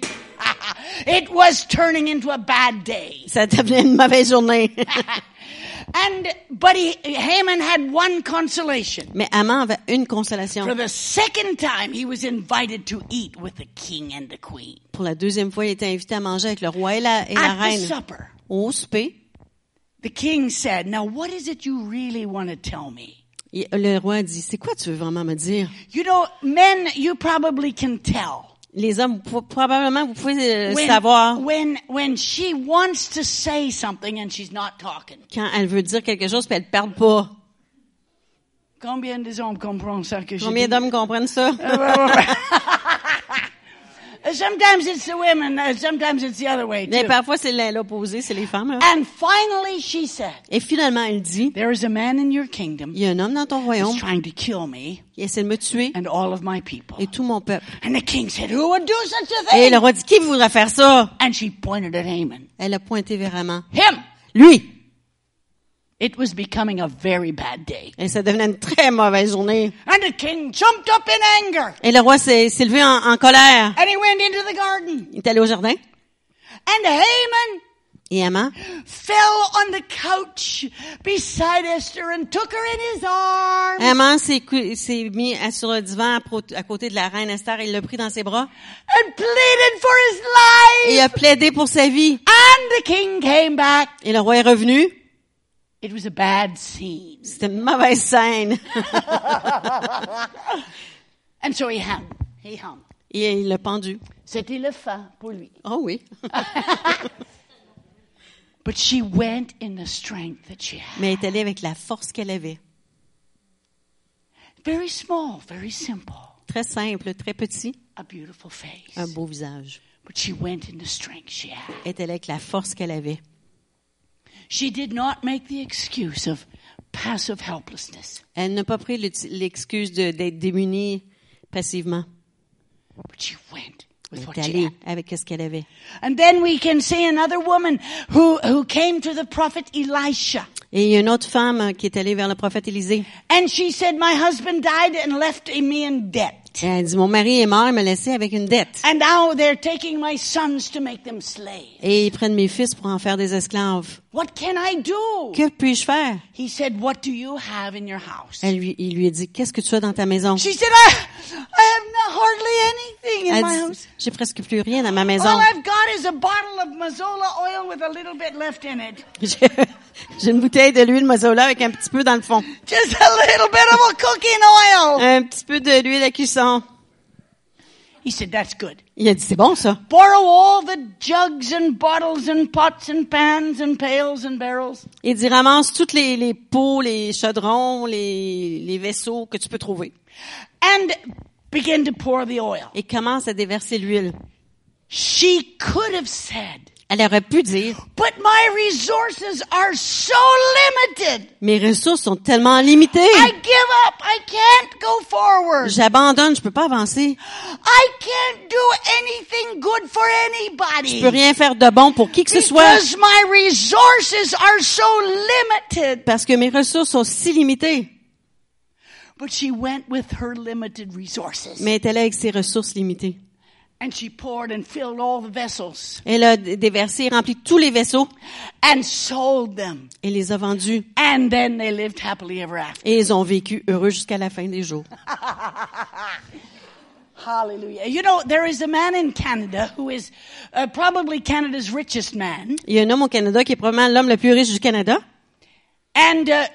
B: it was turning into a bad day.
C: Ça devenait une mauvaise journée.
B: and but he, Haman had one consolation.
C: Mais Aman avait une consolation.
B: For the second time, he was invited to eat with the king and the queen
C: Pour la deuxième fois, il était invité à manger avec le roi et la, et la
B: at the
C: reine.
B: supper.
C: Au souper,
B: The king said, "Now, what is it you really want to tell me?
C: il- le roi dit, c'est quoi tu veux vraiment me dire?
B: You know, men, you probably can tell
C: Les hommes, vous pou- probablement, vous pouvez euh,
B: when
C: savoir
B: when when she wants to say something and she's not talking."
C: quand elle veut dire quelque chose puis elle parle pas.
B: Combien des hommes comprennent ça que je
C: Combien
B: dis?
C: d'hommes comprennent ça?
B: Sometimes it's the women, uh, sometimes it's the other way
C: Mais
B: too.
C: parfois, c'est l'un- l'opposé, c'est les femmes. hein.
B: And finally, she said,
C: Et finalement, elle dit,
B: "There is a man in your kingdom."
C: il y a un homme dans ton royaume
B: He's trying to kill me
C: qui essaie de me tuer
B: and all of my people.
C: et tout mon peuple.
B: And the king said, Who would do such a
C: Et
B: thing?
C: le roi dit, qui voudrait faire ça?
B: And she pointed at Haman.
C: Elle a pointé vers Aman.
B: Him!
C: Lui!
B: It was becoming a very bad day.
C: Et ça devenait une très mauvaise journée.
B: And the king jumped up in anger
C: Et le roi s'est s'est levé en, en colère.
B: and he went into the garden.
C: Il est allé au jardin.
B: And Haman
C: Et Aman
B: fell on the couch beside Esther and took her in his arms.
C: Aman s'est cou- s'est mis à- sur le divan à, pro- à côté de la reine Esther. Il l'a pris dans ses bras.
B: and pleaded for his
C: Et il
B: life.
C: a plaidé pour sa vie.
B: And the king came back.
C: Et le roi est revenu.
B: It was a bad scene.
C: C'était une mauvaise scène.
B: And so he hung. He hung.
C: Et il l'a pendu.
B: C'était le fin pour lui.
C: Oh oui.
B: But she went in the strength that she had.
C: Mais elle est allée avec la force qu'elle avait.
B: Very small, very simple,
C: Très simple, très petit,
B: a beautiful face.
C: un beau visage.
B: But she went in the strength she had.
C: Elle est allée avec la force qu'elle avait.
B: She did not make the excuse of passive helplessness,
C: Elle n'a pas pris l'ut- l'excuse de- d'être démunie passivement.
B: but she went
C: Elle
B: with
C: est
B: what she
C: allée
B: had.
C: avec ce qu'elle avait.
B: And then we can see another woman who, who came to the prophet Elisha.
C: Et il y a une autre femme euh, qui est allée vers le prophète Élisée.
B: And she said, My husband died and left me in debt.
C: Et Elle dit, mon mari est mort, il m'a laissé avec une dette.
B: And now they're taking my sons to make them slaves.
C: Et ils prennent mes fils pour en faire des esclaves.
B: What can I do?
C: Que puis-je faire?
B: He said, What do you have in your house?
C: Elle lui, il lui a dit, qu'est-ce que tu as dans ta maison?
B: She said, I, I have not hardly anything in
C: Elle
B: my
C: dit,
B: house.
C: j'ai presque plus rien dans ma maison.
B: All I've got is a bottle of Mazola oil with a little bit left in it.
C: J'ai j'ai une bouteille de l'huile Mazola avec un petit peu dans le fond.
B: Just a little bit of a cooking oil.
C: Un petit peu de l'huile à cuisson.
B: He said, That's good.
C: Il a dit, c'est bon ça.
B: Borrow all the jugs and bottles and pots and pans and pails and barrels.
C: Il dit, ramasse toutes les, les pots, les chaudrons, les, les vaisseaux que tu peux trouver.
B: And begin to pour the oil.
C: Et commence à déverser l'huile.
B: She could have said,
C: Elle aurait pu dire,
B: But my resources are so limited.
C: mes ressources sont tellement limitées.
B: I give up. I can't go forward.
C: J'abandonne, je peux pas avancer.
B: I can't do anything good for
C: Je peux
B: anybody.
C: rien faire de bon pour qui que ce soit
B: Because my resources are so limited.
C: parce que mes ressources sont si limitées.
B: But she went with her limited resources.
C: Mais elle est allée avec ses ressources limitées.
B: And she poured and filled all the vessels
C: Elle a d- déversé et rempli tous les vaisseaux
B: and sold them.
C: et les a vendus.
B: And then they lived happily ever after.
C: Et ils ont vécu heureux jusqu'à la fin des jours.
B: Hallelujah. You know, there is a man in Canada who is uh, probably Canada's richest man.
C: Il y a un homme au Canada qui est probablement l'homme le plus riche du Canada.
B: And uh,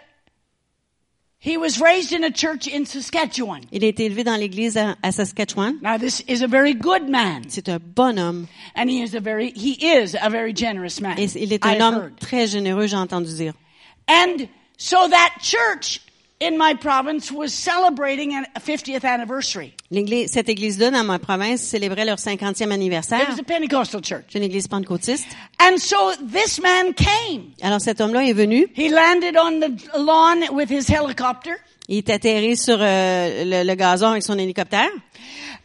B: He was raised in a church in Saskatchewan.
C: Il a été élevé dans l'église à, à Saskatchewan.
B: Now this is a very good man,
C: C'est un bon homme.
B: and he is a very he is a very generous man.
C: Et c- il est
B: I've
C: un homme
B: heard.
C: très généreux, j'ai entendu dire.
B: And so that church in my province was celebrating a 50th anniversary.
C: L'église- cette église-là, dans ma province, célébrait leur 50e
B: It
C: anniversaire.
B: was a Pentecostal church.
C: C'est une église pentecôtiste.
B: And so this man came.
C: Alors cet homme-là est venu.
B: He landed on the lawn with his helicopter
C: Il est atterri sur euh, le, le gazon avec son hélicoptère.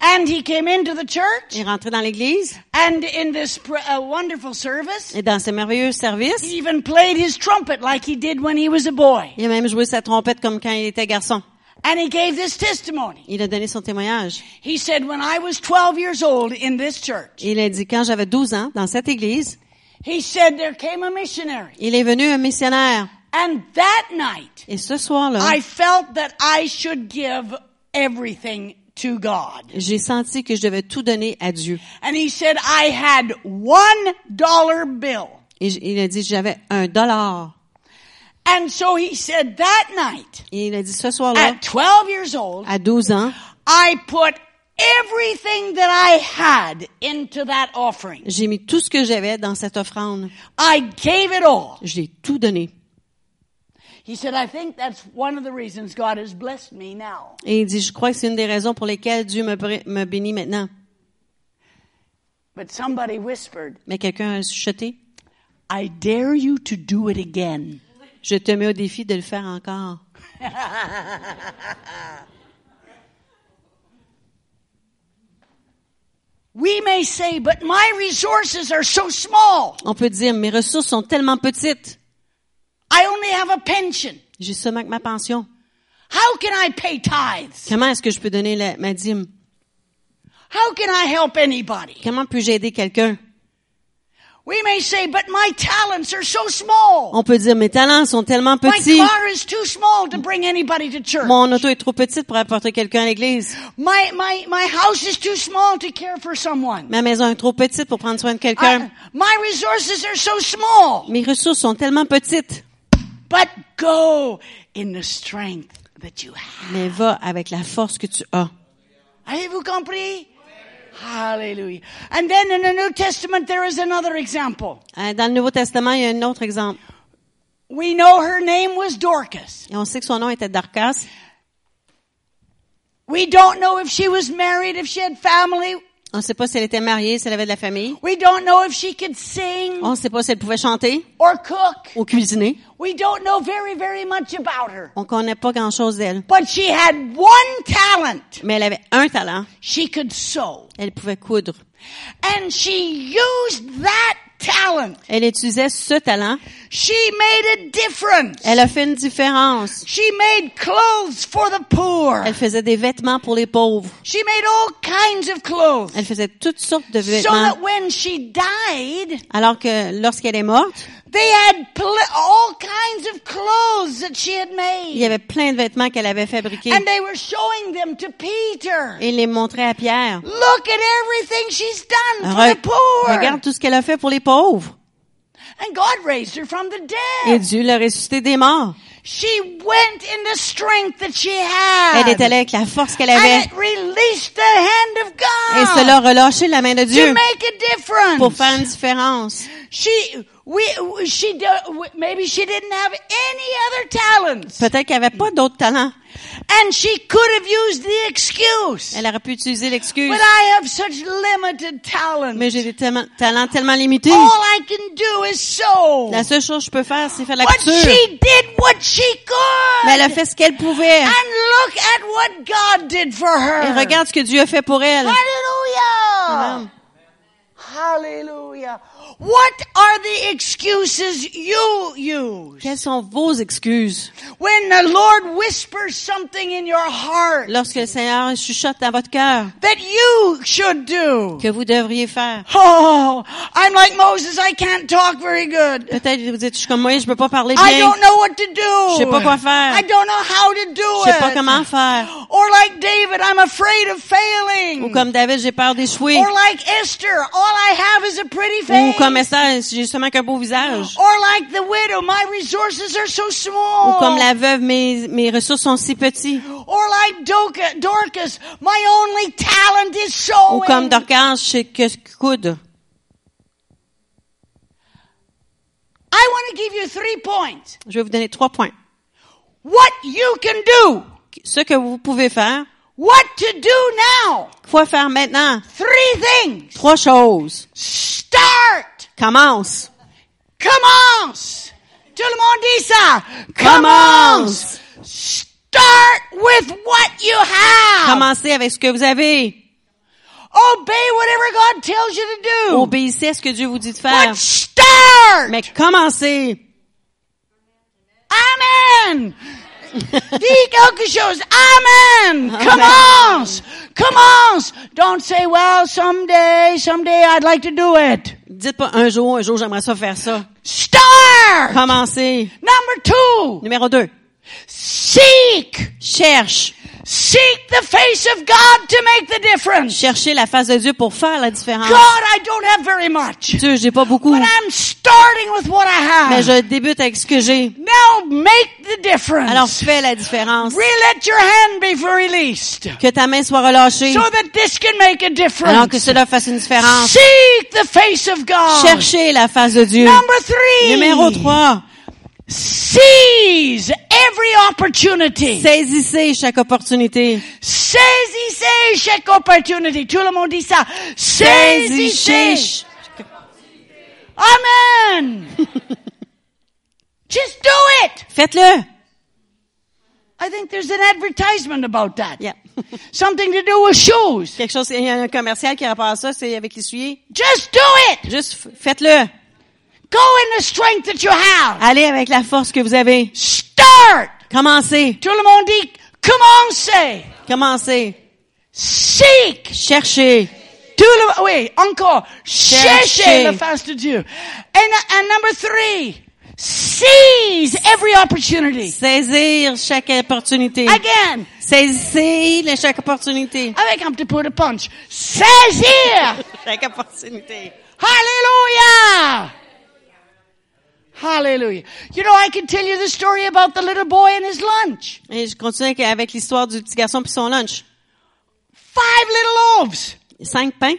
B: and he came into the
C: Il
B: church
C: est rentré dans l'église.
B: and in this pr- uh, wonderful service
C: Et dans ce merveilleux service,
B: he even played his trumpet like he did when he was a boy.
C: il a même joué sa trompette comme quand il était garçon.
B: And he gave this testimony.
C: Il a donné son témoignage.
B: He said when I was 12 years old in this church,
C: Il a dit, quand j'avais 12 ans, dans cette église,
B: he said there came a missionary
C: il est venu un missionnaire.
B: and that night
C: Et ce soir-là,
B: I felt that I should give everything to God.
C: j'ai senti que je devais tout donner à Dieu.
B: And he said, I had one dollar bill.
C: Et j- il a dit, j'avais un dollar.
B: And so he said that night
C: Et il a dit, ce soir-là,
B: at 12 years old,
C: à 12 ans,
B: I put everything that I had into that offering.
C: j'ai mis tout ce que j'avais dans cette offrande.
B: I gave it all.
C: J'ai tout donné.
B: He said, I think that's one of the reasons God has blessed me now.
C: Et il dit, je crois que c'est une des raisons pour lesquelles Dieu me, bré- me bénit maintenant.
B: But somebody whispered,
C: Mais quelqu'un a chuté.
B: I dare you to do it again.
C: Je te mets au défi de le faire encore.
B: We may say, but my resources are so small.
C: On peut dire, mes ressources sont tellement petites.
B: I only have a pension.
C: J'ai seulement que ma pension.
B: How can I pay tithes?
C: Comment est-ce que je peux donner la- ma dîme?
B: How can I help anybody?
C: Comment puis-je aider quelqu'un?
B: We may say, but my talents are so small.
C: On peut dire, mes talents sont tellement
B: My
C: petits.
B: car is too small to bring anybody to church.
C: Mon auto est trop petite pour apporter quelqu'un à l'église.
B: My, my, my house is too small to care for someone.
C: Ma maison est trop petite pour prendre soin de
B: I-
C: quelqu'un.
B: my resources are so small.
C: Mes ressources sont tellement petites.
B: But go in the strength that you have.
C: Mais va avec la force que tu as.
B: Avez-vous compris? Hallelujah. And then in the New Testament, there is another example.
C: Euh, Dans le Nouveau Testament, il y a un autre exemple.
B: We know her name was Dorcas.
C: Et on sait que son nom était Dorcas.
B: We don't know if she was married, if she had family.
C: On ne sait pas si elle était mariée, si elle avait de la famille.
B: We don't know if she could sing
C: On ne sait pas si elle pouvait chanter
B: or cook.
C: ou cuisiner.
B: We don't know very, very much about her.
C: On connaît pas grand-chose d'elle.
B: But she had one talent.
C: Mais elle avait un talent.
B: She could sew.
C: Elle pouvait coudre.
B: And she used that talent.
C: Elle utilisait ce talent.
B: She made a difference.
C: Elle a fait une différence.
B: She made clothes for the poor.
C: Elle faisait des vêtements pour les pauvres.
B: She made all kinds of clothes.
C: Elle faisait toutes sortes de
B: So that
C: vêtements.
B: when she died,
C: Alors que lorsqu'elle est morte,
B: they had pl- all kinds of clothes that she had made.
C: il y avait plein de vêtements qu'elle avait fabriqués.
B: And they were showing them to Peter.
C: Et il les montrait à Pierre.
B: Look at everything she's done for
C: Re-
B: the poor.
C: regarde tout ce qu'elle a fait pour les pauvres.
B: And God raised her from the
C: Et
B: dead.
C: Dieu l'a ressuscité des morts.
B: She went in the strength that she
C: Elle
B: had.
C: est allée avec la force qu'elle avait.
B: and it released the hand of God
C: Et cela a relâché la main de
B: to
C: Dieu
B: make a difference.
C: pour faire une différence.
B: She, we, she, do- maybe she didn't have any other talents,
C: Peut-être qu'elle avait pas d'autres talents.
B: and she could have used the excuse.
C: Elle aurait pu utiliser l'excuse.
B: But I have such limited talent.
C: Mais j'ai des tellement- talents tellement limités.
B: All I can do is sew.
C: La seule chose que je peux faire, c'est faire de la
B: But
C: couture.
B: she did what she could.
C: Mais elle a fait ce qu'elle pouvait.
B: And look at what God did for her.
C: Et regarde ce que Dieu a fait pour elle.
B: Hallelujah.
C: Amen.
B: Hallelujah. What are the excuses you use?
C: Quelles sont vos excuses
B: When the Lord whispers something in your heart
C: lorsque le Seigneur chuchote dans votre cœur
B: that you should do.
C: que vous devriez faire?
B: Oh, I'm like Moses. I can't talk very good.
C: Peut-être que vous dites, je suis comme moi, je peux pas parler
B: I
C: bien.
B: don't know what to do.
C: Je sais pas quoi faire.
B: I don't know how to do
C: Je sais pas
B: it.
C: comment faire.
B: Or like David, I'm afraid of failing.
C: Ou comme David, j'ai peur d'échouer.
B: Or like Esther, all I have is a pretty face.
C: Ou comme un message, j'ai seulement qu'un beau visage.
B: Or like the widow, my resources are so small.
C: Ou comme la veuve, mes, mes ressources sont si petites.
B: Or like Dorca- Dorcas, my only talent is sewing.
C: Ou comme Dorcas, je sais que que coude.
B: I want to give you three points.
C: Je vais vous donner trois points.
B: What you can do.
C: Ce que vous pouvez faire,
B: What to do now.
C: quoi faire maintenant?
B: Three things.
C: Trois choses.
B: Start.
C: Commence.
B: Commence. Tout le monde dit ça.
C: Commence.
B: Start with what you have.
C: Commencez avec ce que vous avez.
B: Obey whatever God tells you to do.
C: Obéissez à ce que Dieu vous dit de faire.
B: But start.
C: Mais commencez.
B: Amen. Dis quelque chose. Amen.
C: Amen.
B: Commence. Commence. Don't say, well, someday, someday I'd like to do it.
C: Dites pas un jour, un jour j'aimerais ça faire ça.
B: Start.
C: Commencez.
B: Number two.
C: Numéro deux.
B: Seek.
C: Cherche.
B: Seek the face of God to make the difference.
C: Cherchez la face de Dieu pour faire la différence.
B: God, I don't have very much.
C: Dieu, j'ai pas beaucoup.
B: But I'm starting with what I
C: Mais
B: have.
C: je débute avec ce que j'ai.
B: Now make the
C: Alors
B: difference.
C: fais la différence.
B: Re-let your hand be released. So
C: Que ta main soit relâchée.
B: that this can make a
C: Alors que
B: difference.
C: cela fasse une différence.
B: Seek the face of God.
C: Cherchez la face de Dieu.
B: Number three.
C: Numéro 3.
B: Seize every opportunity.
C: Saisissez chaque opportunité.
B: Saisissez chaque opportunity. Tout le monde dit ça. Saisissez.
C: Saisissez.
B: Amen. Just do it.
C: Faites-le.
B: I think there's an advertisement about that.
C: Yeah.
B: Something to do with shoes.
C: Quelque chose, il y a un commercial qui rapport à ça, c'est avec l'essuyer.
B: Just do it.
C: Juste f- faites-le.
B: Go in the strength that you have.
C: Allez avec la force que vous avez.
B: Start.
C: Commencez.
B: Tout le monde dit, come on, say.
C: Commencez.
B: Seek.
C: Cherchez.
B: Tout le, oui, encore. Cherchez
C: Cherchez.
B: la face de Dieu. And, uh, and number three, seize every opportunity.
C: Saisir chaque opportunité.
B: Again,
C: Saisissez la- chaque opportunité.
B: avec un petit peu de punch. Saisir!
C: Chaque opportunité.
B: Hallelujah! Hallelujah. You know, I can tell you the story about the little boy and his lunch.
C: Et je continue avec- avec l'histoire du petit garçon puis son lunch.
B: Five little loaves,
C: Cinq pains,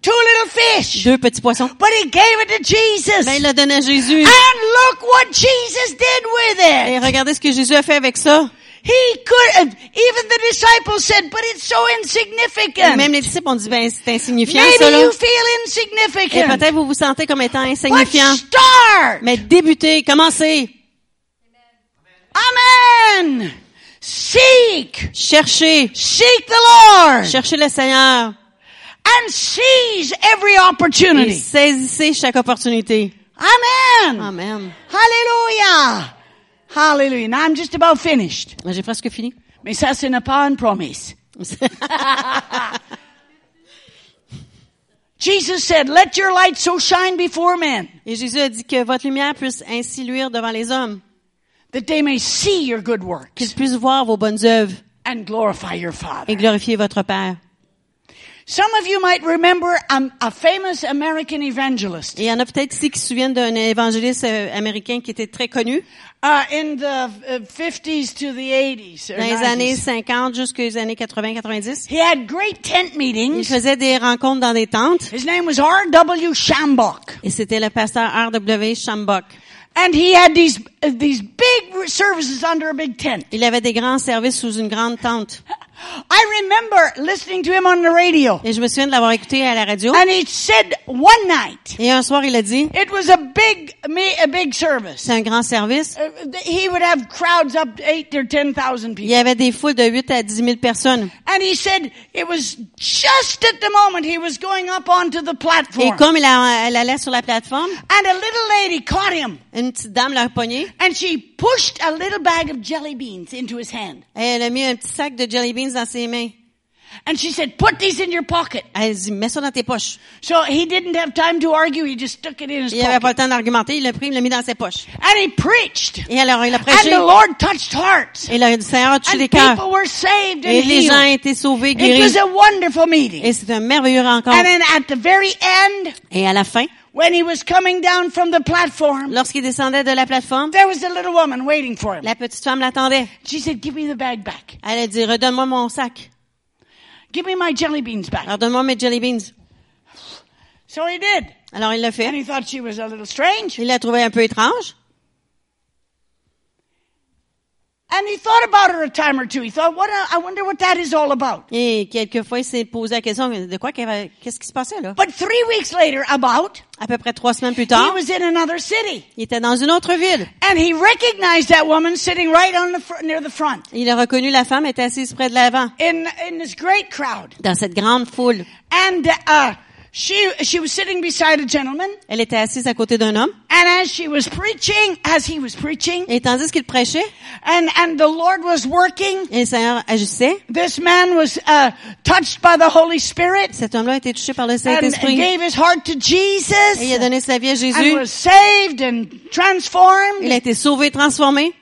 B: two little fish.
C: deux petits poissons.
B: But he gave it to Jesus.
C: Ben, il
B: And
C: l'a donné à Jésus.
B: look what Jesus did with it.
C: Et regardez ce que Jésus a fait avec ça.
B: He could have, even the disciples said, but it's so insignificant.
C: Même les disciples ont dit, ben, c'est insignifiant,
B: Maybe
C: ça, là.
B: you feel
C: Et
B: insignificant.
C: peut-être vous vous sentez comme étant
B: But
C: insignifiant.
B: start.
C: Mais débutez, commencez,
B: Amen. Seek.
C: cherchez,
B: Seek the Lord.
C: cherchez le Seigneur
B: And seize every
C: et
B: opportunity.
C: saisissez chaque opportunité.
B: Amen.
C: Amen.
B: Hallelujah. Hallelujah. Now I'm just about finished.
C: Ben, J'ai presque fini.
B: Mais ça, ce n'est pas une promesse. Jesus said, let your light so shine before men
C: Et Jésus a dit que votre lumière puisse ainsi luire devant les hommes,
B: that they may see your good
C: qu'ils
B: works
C: puissent voir vos bonnes œuvres
B: and glorify your
C: et
B: Father.
C: glorifier votre Père.
B: Some of you might remember um, a famous American evangelist
C: Et il y en a peut-être ici qui se souviennent d'un évangéliste euh, américain qui était très connu
B: uh, in the uh, 50s to the 80s. Or
C: dans les années
B: 90s.
C: 50 jusqu'aux années 80-90.
B: He had great tent
C: Il
B: meetings.
C: faisait des rencontres dans des tentes
B: His name was R.W. Shambach.
C: et c'était le pasteur R.W. Shambach.
B: And he had these uh, these big services under a big tent.
C: Il avait des grands services sous une grande tente.
B: I remember listening to him on the radio,
C: Et je me souviens de l'avoir écouté à la radio.
B: and he said one night
C: Et un soir, il a dit,
B: it was a big me a big service.
C: c'est un grand service.
B: Uh, he would have crowds up to eight or ten thousand
C: Il y
B: people,
C: avait des foules de 8 à 10 000 personnes.
B: and he said it was just at the moment he was going up onto the
C: Et
B: platform,
C: comme il a- elle allait sur la plateforme,
B: and a little lady caught him,
C: une petite dame l'a pognée
B: and she pushed a little bag of jelly beans into his hand,
C: et elle a mis un petit sac de jelly beans dans ses mains.
B: and she said, "Put these in your pocket."
C: Elle dit, mets ça dans tes poches.
B: So he didn't have time to argue; he just stuck it in his
C: Il n'avait
B: pocket.
C: pas le temps d'argumenter, il l'a pris, il l'a mis dans ses poches.
B: And he preached.
C: Et alors, il a prêché.
B: And the Lord touched hearts.
C: Et le Seigneur a tué
B: And
C: les cœurs.
B: people were saved
C: Et
B: and
C: les gens ont
B: healed.
C: été sauvés,
B: It
C: guéris.
B: was a wonderful meeting.
C: Et c'est un merveilleux
B: And
C: rencontre.
B: then at the very end,
C: Et à la fin,
B: When he was coming down from the platform,
C: Lorsqu'il descendait de la plateforme,
B: there was a little woman waiting for him.
C: la petite femme l'attendait.
B: She said, give me the bag back.
C: Elle a dit, redonne-moi mon sac.
B: Give me my jelly beans back.
C: Alors, donne-moi mes jelly beans.
B: So he did.
C: Alors, il l'a
B: And
C: fait.
B: he thought she was a little strange.
C: Il l'a trouvé un peu étrange.
B: And he thought about her a time or two. He thought, what, a- I wonder what that is all about.
C: Et quelquefois, il s'est posé la question, de quoi qu'elle avait- qu'est-ce qui se passait, là?
B: But three weeks later, about,
C: À peu près trois semaines plus
B: he
C: tard,
B: was in another city.
C: il était dans une autre ville.
B: And he recognized that woman sitting right on the fr- near the front
C: Il a reconnu la femme était assise près de l'avant,
B: in, in this great crowd.
C: dans cette grande foule.
B: And, uh, she, she was sitting beside a gentleman.
C: Elle était assise à côté d'un homme.
B: And as she was preaching, as he was preaching,
C: Et tandis qu'il prêchait,
B: and, and the Lord was working,
C: et le Seigneur agissait,
B: this man was, uh, touched by the Holy Spirit
C: cet homme-là a été touché par le
B: and
C: Saint-Esprit. Et
B: gave his heart to
C: il a
B: Jesus
C: donné sa vie à
B: and
C: Jésus.
B: was saved and
C: Il a
B: transformed.
C: été sauvé, transformé.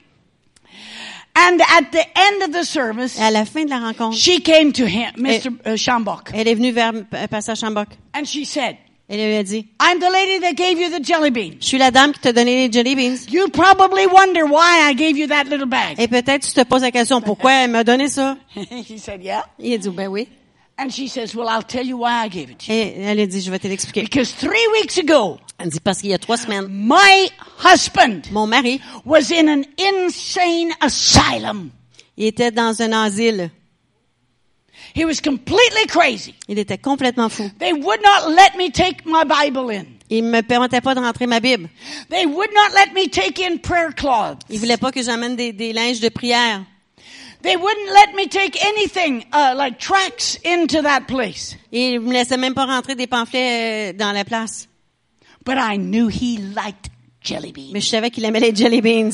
B: And at the end of the service,
C: Et à la fin de la rencontre,
B: she came to him, Mr. Uh, Shambach,
C: elle est venue vers euh, Pasteur Chambok.
B: and she said,
C: Elle lui a dit,
B: I'm the lady that gave you the jelly bean.
C: je suis la dame qui t'a donné les jelly beans.
B: You probably wonder why I gave you that little bag.
C: Et peut-être tu te poses la question, pourquoi elle m'a donné ça?
B: he said, yeah.
C: Il a dit, ben oui.
B: And she says, well, I'll tell you why I gave it to you.
C: Et elle a dit, je vais te l'expliquer.
B: Because three weeks ago,
C: Elle dit, parce qu'il y a trois semaines,
B: my husband
C: mon mari,
B: was in an insane asylum.
C: il était dans un asile.
B: He was completely crazy.
C: Il était complètement fou.
B: They would not let me take my Bible in.
C: Il me permettait pas de rentrer ma Bible.
B: They would not let me take in prayer cloths.
C: Il voulait pas que j'amène des, des linges de prière.
B: They wouldn't let me take anything uh, like tracts into that place.
C: Et il me laissait même pas rentrer des pamphlets euh, dans la place.
B: But I knew he liked jelly beans.
C: Mais je savais qu'il aimait les jelly beans.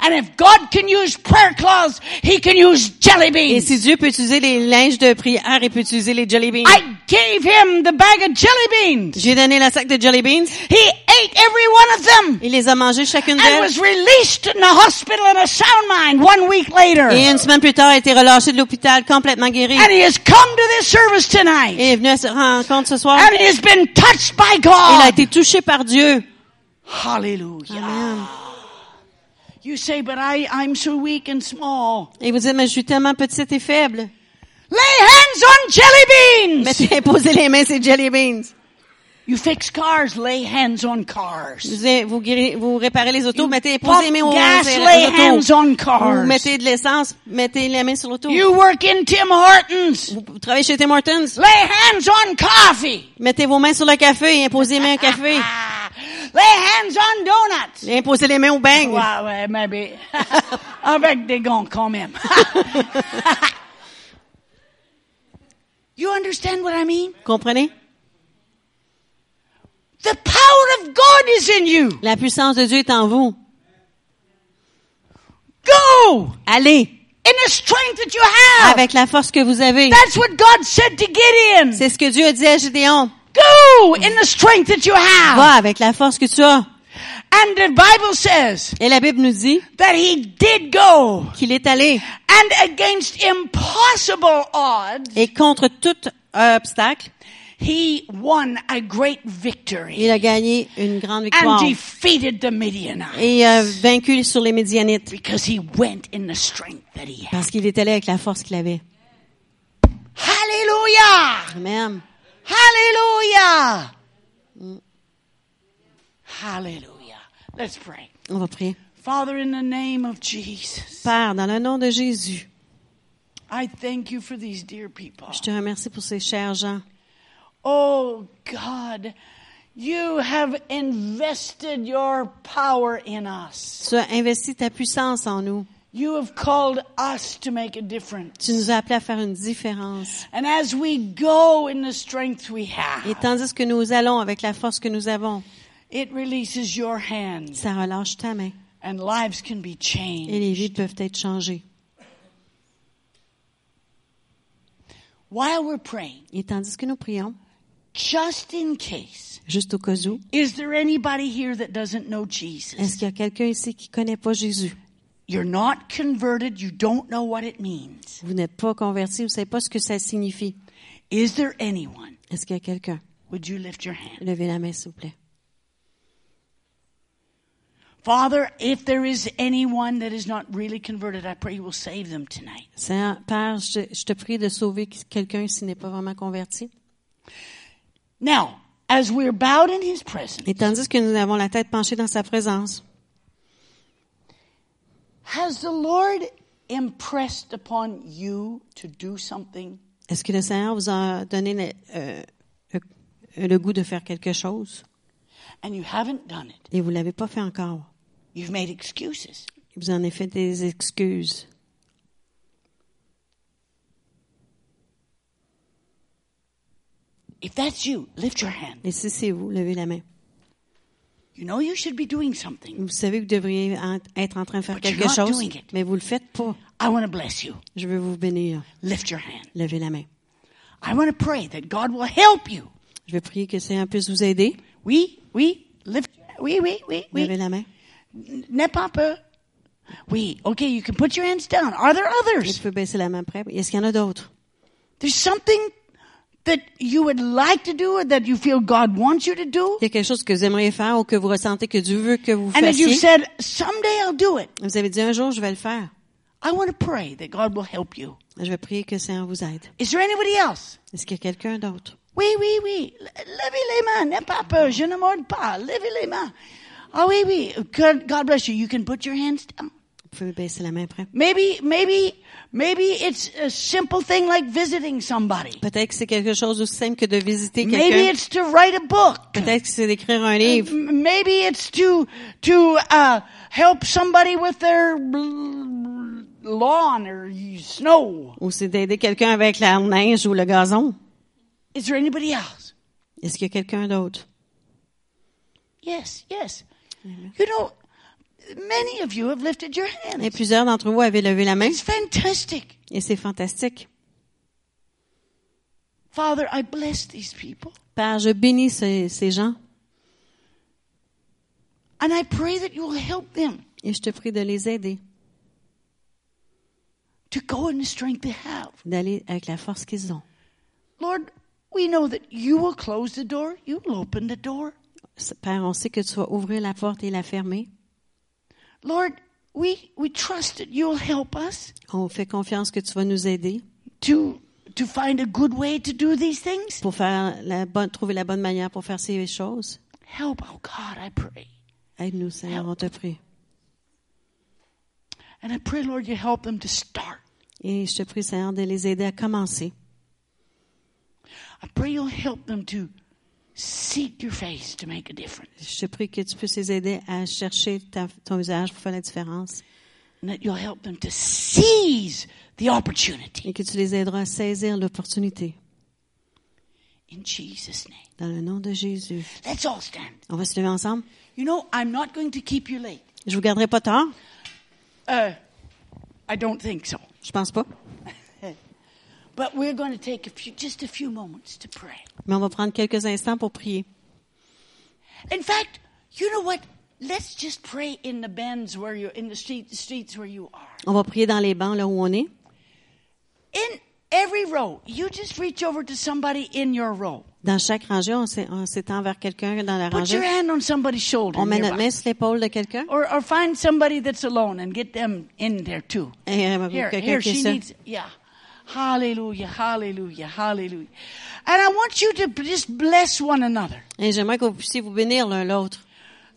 B: And if God can use prayer cloths, He can use jelly
C: Et
B: beans.
C: si Dieu peut utiliser les linges de prière, il peut utiliser les jelly beans.
B: I gave him the bag of jelly beans.
C: J'ai donné la sac de jelly beans.
B: He ate every one of them
C: Il les a mangés chacune
B: and
C: d'elles.
B: was released in the hospital in a sound mind one week later.
C: Et une semaine plus tard, il a été relâché de l'hôpital complètement guéri.
B: And he has come to this service tonight.
C: Et est venu à cette rencontre ce soir.
B: And he has been touched by
C: Il a
B: God.
C: été touché par Dieu.
B: Hallelujah.
C: Amen.
B: You say, but I, I'm so weak and small.
C: Et vous dites, mais je suis tellement petite et faible.
B: Lay hands on jelly beans.
C: Mettez, posez les mains, ces jelly beans.
B: You fix cars, lay hands on cars.
C: Vous, vous, guéri- vous réparez les autos,
B: You
C: mettez,
B: pump
C: posez les mains aux,
B: gas,
C: aux- aux
B: lay
C: autos.
B: hands on cars.
C: Vous mettez de l'essence, mettez les mains sur l'auto.
B: You work in Tim Hortons.
C: Vous, vous travaillez chez Tim Hortons,
B: Lay hands on coffee.
C: mettez vos mains sur le café et imposez les mains au café.
B: Ah, lay hands on donuts.
C: Et imposez les mains au bang.
B: Ouais, ouais, maybe. Avec des gants quand même. you understand what I mean?
C: Comprenez?
B: The power of God is in you.
C: La puissance de Dieu est en vous.
B: Go
C: Allez,
B: in the strength that you have.
C: avec la force que vous avez.
B: That's what God said to Gideon.
C: C'est ce que Dieu a dit à Gédéon.
B: Go in the strength that you
C: Va
B: have.
C: avec la force que tu as.
B: And the Bible says
C: Et la Bible nous dit
B: that he did go.
C: qu'il est allé.
B: And against impossible odds,
C: Et contre tout euh, obstacle,
B: he won a great victory
C: il a gagné une grande
B: and
C: victoire.
B: defeated the Midianites
C: Et a vaincu sur les Médianites.
B: because he went in the strength that he had.
C: Parce qu'il est allé avec la force qu'il avait.
B: Hallelujah!
C: Amen.
B: Hallelujah! Hallelujah. Let's pray.
C: On va prier.
B: Father, in the name of Jesus,
C: Père, dans le nom de Jésus,
B: I thank you for these dear people.
C: je te remercie pour ces chers gens.
B: Oh God, you have invested your power in us.
C: Tu as investi ta puissance en nous.
B: You have called us to make a difference.
C: Tu nous as appelés à faire une différence.
B: And as we go in the strength we
C: Et
B: have,
C: tandis que nous allons avec la force que nous avons,
B: it releases your hands
C: ça relâche ta main
B: and lives can be
C: et
B: changed.
C: les vies peuvent être changées.
B: While we're praying,
C: Et tandis que nous prions,
B: just in case,
C: juste au cas où,
B: is there anybody here that doesn't know Jesus?
C: est-ce qu'il y a quelqu'un ici qui connaît pas Jésus?
B: You're not converted, you don't know what it means.
C: Vous n'êtes pas converti, vous savez pas ce que ça signifie.
B: Is there anyone
C: Est-ce qu'il y a quelqu'un?
B: Would you lift your hand?
C: Levez la main, s'il vous plaît.
B: Father, if there is anyone that is not really converted, I pray you will save them tonight.
C: Seigneur, Père, je, te- je te prie de sauver quelqu'un s'il n'est pas vraiment converti.
B: Now, as we're bowed in his presence,
C: Et tandis que nous avons la tête penchée dans sa présence,
B: has the Lord impressed upon you to do something?
C: est-ce que le Seigneur vous a donné le, euh, le- le goût de faire quelque chose
B: And you haven't done it.
C: et vous l'avez pas fait encore?
B: You've made excuses.
C: Vous en avez fait des excuses.
B: If that's you, lift your hand.
C: Et si c'est vous, levez la main.
B: You know you should be doing something.
C: Vous savez que vous devriez en- être en train de faire
B: But you're
C: quelque
B: not
C: chose,
B: doing it.
C: mais vous le faites pas.
B: I want to bless you.
C: Je veux vous bénir.
B: Lift your hand.
C: Levez la main.
B: I want to pray that God will help you.
C: Je vais prier que le Seigneur puisse vous aider.
B: Oui, oui, lift. Oui, oui, oui, oui.
C: Levez la main.
B: N'aie pas peur. Oui, okay, you can put your hands down. Are there
C: Et
B: others?
C: vous pouvez baisser la main après. Est-ce qu'il y en a d'autres?
B: There's something that you would like to do or that you feel God wants you to do?
C: Il y a quelque chose que vous aimeriez faire ou que vous ressentez que Dieu veut que vous
B: And that you've said,
C: fassiez.
B: someday I'll do it.
C: Vous avez dit un jour, je vais le faire.
B: I want to pray that God will help you.
C: Je vais prier que le Seigneur vous aide.
B: Is there anybody else?
C: Est-ce qu'il y a quelqu'un d'autre?
B: Oui, oui, oui. Le- Levez les mains. N'aie pas peur. Je ne morde pas. Levez les mains. Ah oui, oui. God, God bless you. You can put your hands down.
C: Vous pouvez baisser la main après.
B: Maybe, maybe, maybe it's a simple thing like visiting somebody.
C: Peut-être que c'est quelque chose aussi simple que de visiter
B: Maybe
C: quelqu'un.
B: it's to write a book.
C: Peut-être que c'est d'écrire un livre.
B: M- Maybe it's to to uh, help somebody with their l- lawn or snow.
C: Ou c'est d'aider quelqu'un avec la neige ou le gazon.
B: Is there anybody else?
C: Est-ce qu'il y a quelqu'un d'autre?
B: Yes, yes. You know, many of you have lifted your
C: Et
B: hands.
C: plusieurs d'entre vous avaient levé la main.
B: It's fantastic,
C: Et c'est fantastique.
B: Father. I bless these people,
C: Père, je bénis ces, ces gens
B: and I pray that you will help them
C: et je te prie de les aider,
B: to go in the strength they have.
C: d'aller avec la force qu'ils ont.
B: Lord, we know that you will close the door. You will open the door.
C: Père, on sait que tu vas ouvrir la porte et la fermer.
B: Lord, we we trust that you'll help us.
C: On fait confiance que tu vas nous aider
B: to to find a good way to do these things.
C: pour faire la bonne, trouver la bonne manière pour faire ces choses.
B: Help, oh God, I pray.
C: Aide-nous, Seigneur, on te prie.
B: And I pray, Lord, you help them to start.
C: Et je te prie, Seigneur, de les aider à commencer.
B: I pray you'll help them to seek your face to make a difference.
C: Je te prie que tu puisses les aider à chercher ta- ton visage pour faire la différence
B: And that you'll help them to seize the opportunity.
C: et que tu les aideras à saisir l'opportunité.
B: In Jesus' name.
C: Dans le nom de Jésus.
B: Let's all stand.
C: On va se lever ensemble.
B: You know, I'm not going to keep you late.
C: Je vous garderai pas tard.
B: Uh, I don't think so.
C: Je pense pas.
B: But we're going to take a few, just a few moments to pray.
C: Mais on va prendre quelques instants pour prier.
B: In fact, you know what? Let's just pray in the bends where you're, in the street, streets where you are.
C: On va prier dans les bancs là où on est.
B: in every row, you just reach over to somebody in your row.
C: Dans chaque rangée, on s'é- on s'étend vers quelqu'un dans la
B: Put your
C: rangée.
B: hand on somebody's shoulder.
C: On met notre
B: nearby.
C: main sur l'épaule de quelqu'un.
B: Or, or find somebody that's alone and get them in there too.
C: Et euh,
B: Here,
C: quelqu'un
B: here,
C: qui est
B: she
C: seul.
B: needs, yeah. Hallelujah, hallelujah, hallelujah. And I want you to just bless one another.
C: Et j'aimerais que vous puissiez vous bénir l'un l'autre.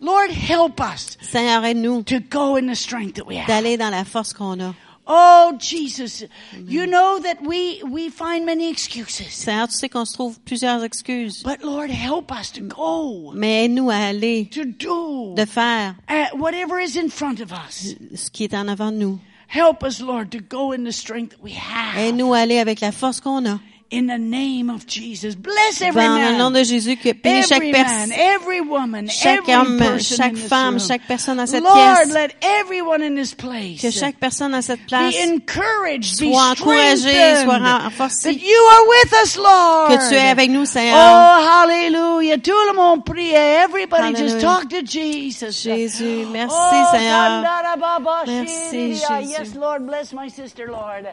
B: Lord, help us
C: Seigneur, aide-nous
B: to go in the strength that we have.
C: d'aller dans la force qu'on a.
B: Oh, Jesus, you know that we, we find many excuses.
C: Seigneur, tu sais qu'on se trouve plusieurs excuses.
B: But Lord, help us to go,
C: Mais aide-nous à aller,
B: to do
C: de faire
B: uh, whatever is in front of us.
C: ce qui est en avant de nous.
B: Help us, Lord, to go in the strength that we have.
C: Aide-nous à aller avec la force qu'on a.
B: In the name of Jesus. Bless every
C: Dans le nom
B: man.
C: de Jésus, que bénis chaque
B: Every man,
C: personne.
B: every woman,
C: Chaque
B: every
C: homme,
B: person
C: chaque
B: in this
C: femme,
B: room.
C: chaque personne dans cette
B: Lord,
C: pièce.
B: let everyone in this place
C: Que chaque personne à cette place,
B: be encouraged, be
C: soit encouragée, soit
B: strengthened,
C: renforcée.
B: That you are with us, Lord.
C: que tu es avec nous, Seigneur.
B: Oh, hallelujah. Tout le monde prie. Everybody
C: Hallelujah.
B: just talk to Jesus.
C: Jésus, merci,
B: oh,
C: Seigneur.
B: Sandarababa
C: Merci,
A: Ah,
B: Shiriya.
C: Jésus.
B: Yes, Lord, bless my sister, Lord.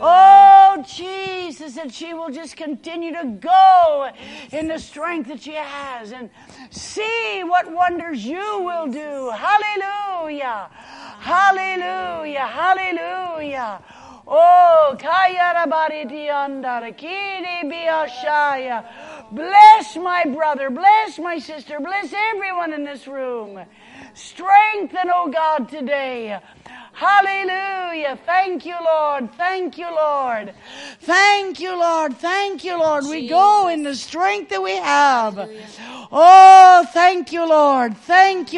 B: Oh, Jesus, that she
A: she will just continue to go in the strength that she has and see what wonders you will do. Hallelujah. Hallelujah. Hallelujah. Oh, kaya rabari di andara, kiri biashaya. Bless my brother, bless my sister, bless everyone in this room. Strengthen, oh God, today. Hallelujah. Thank you, Lord. Thank you, Lord. Thank you, Lord. Thank you, Lord. We go in the strength that we have. Oh, thank you, Lord. Thank you.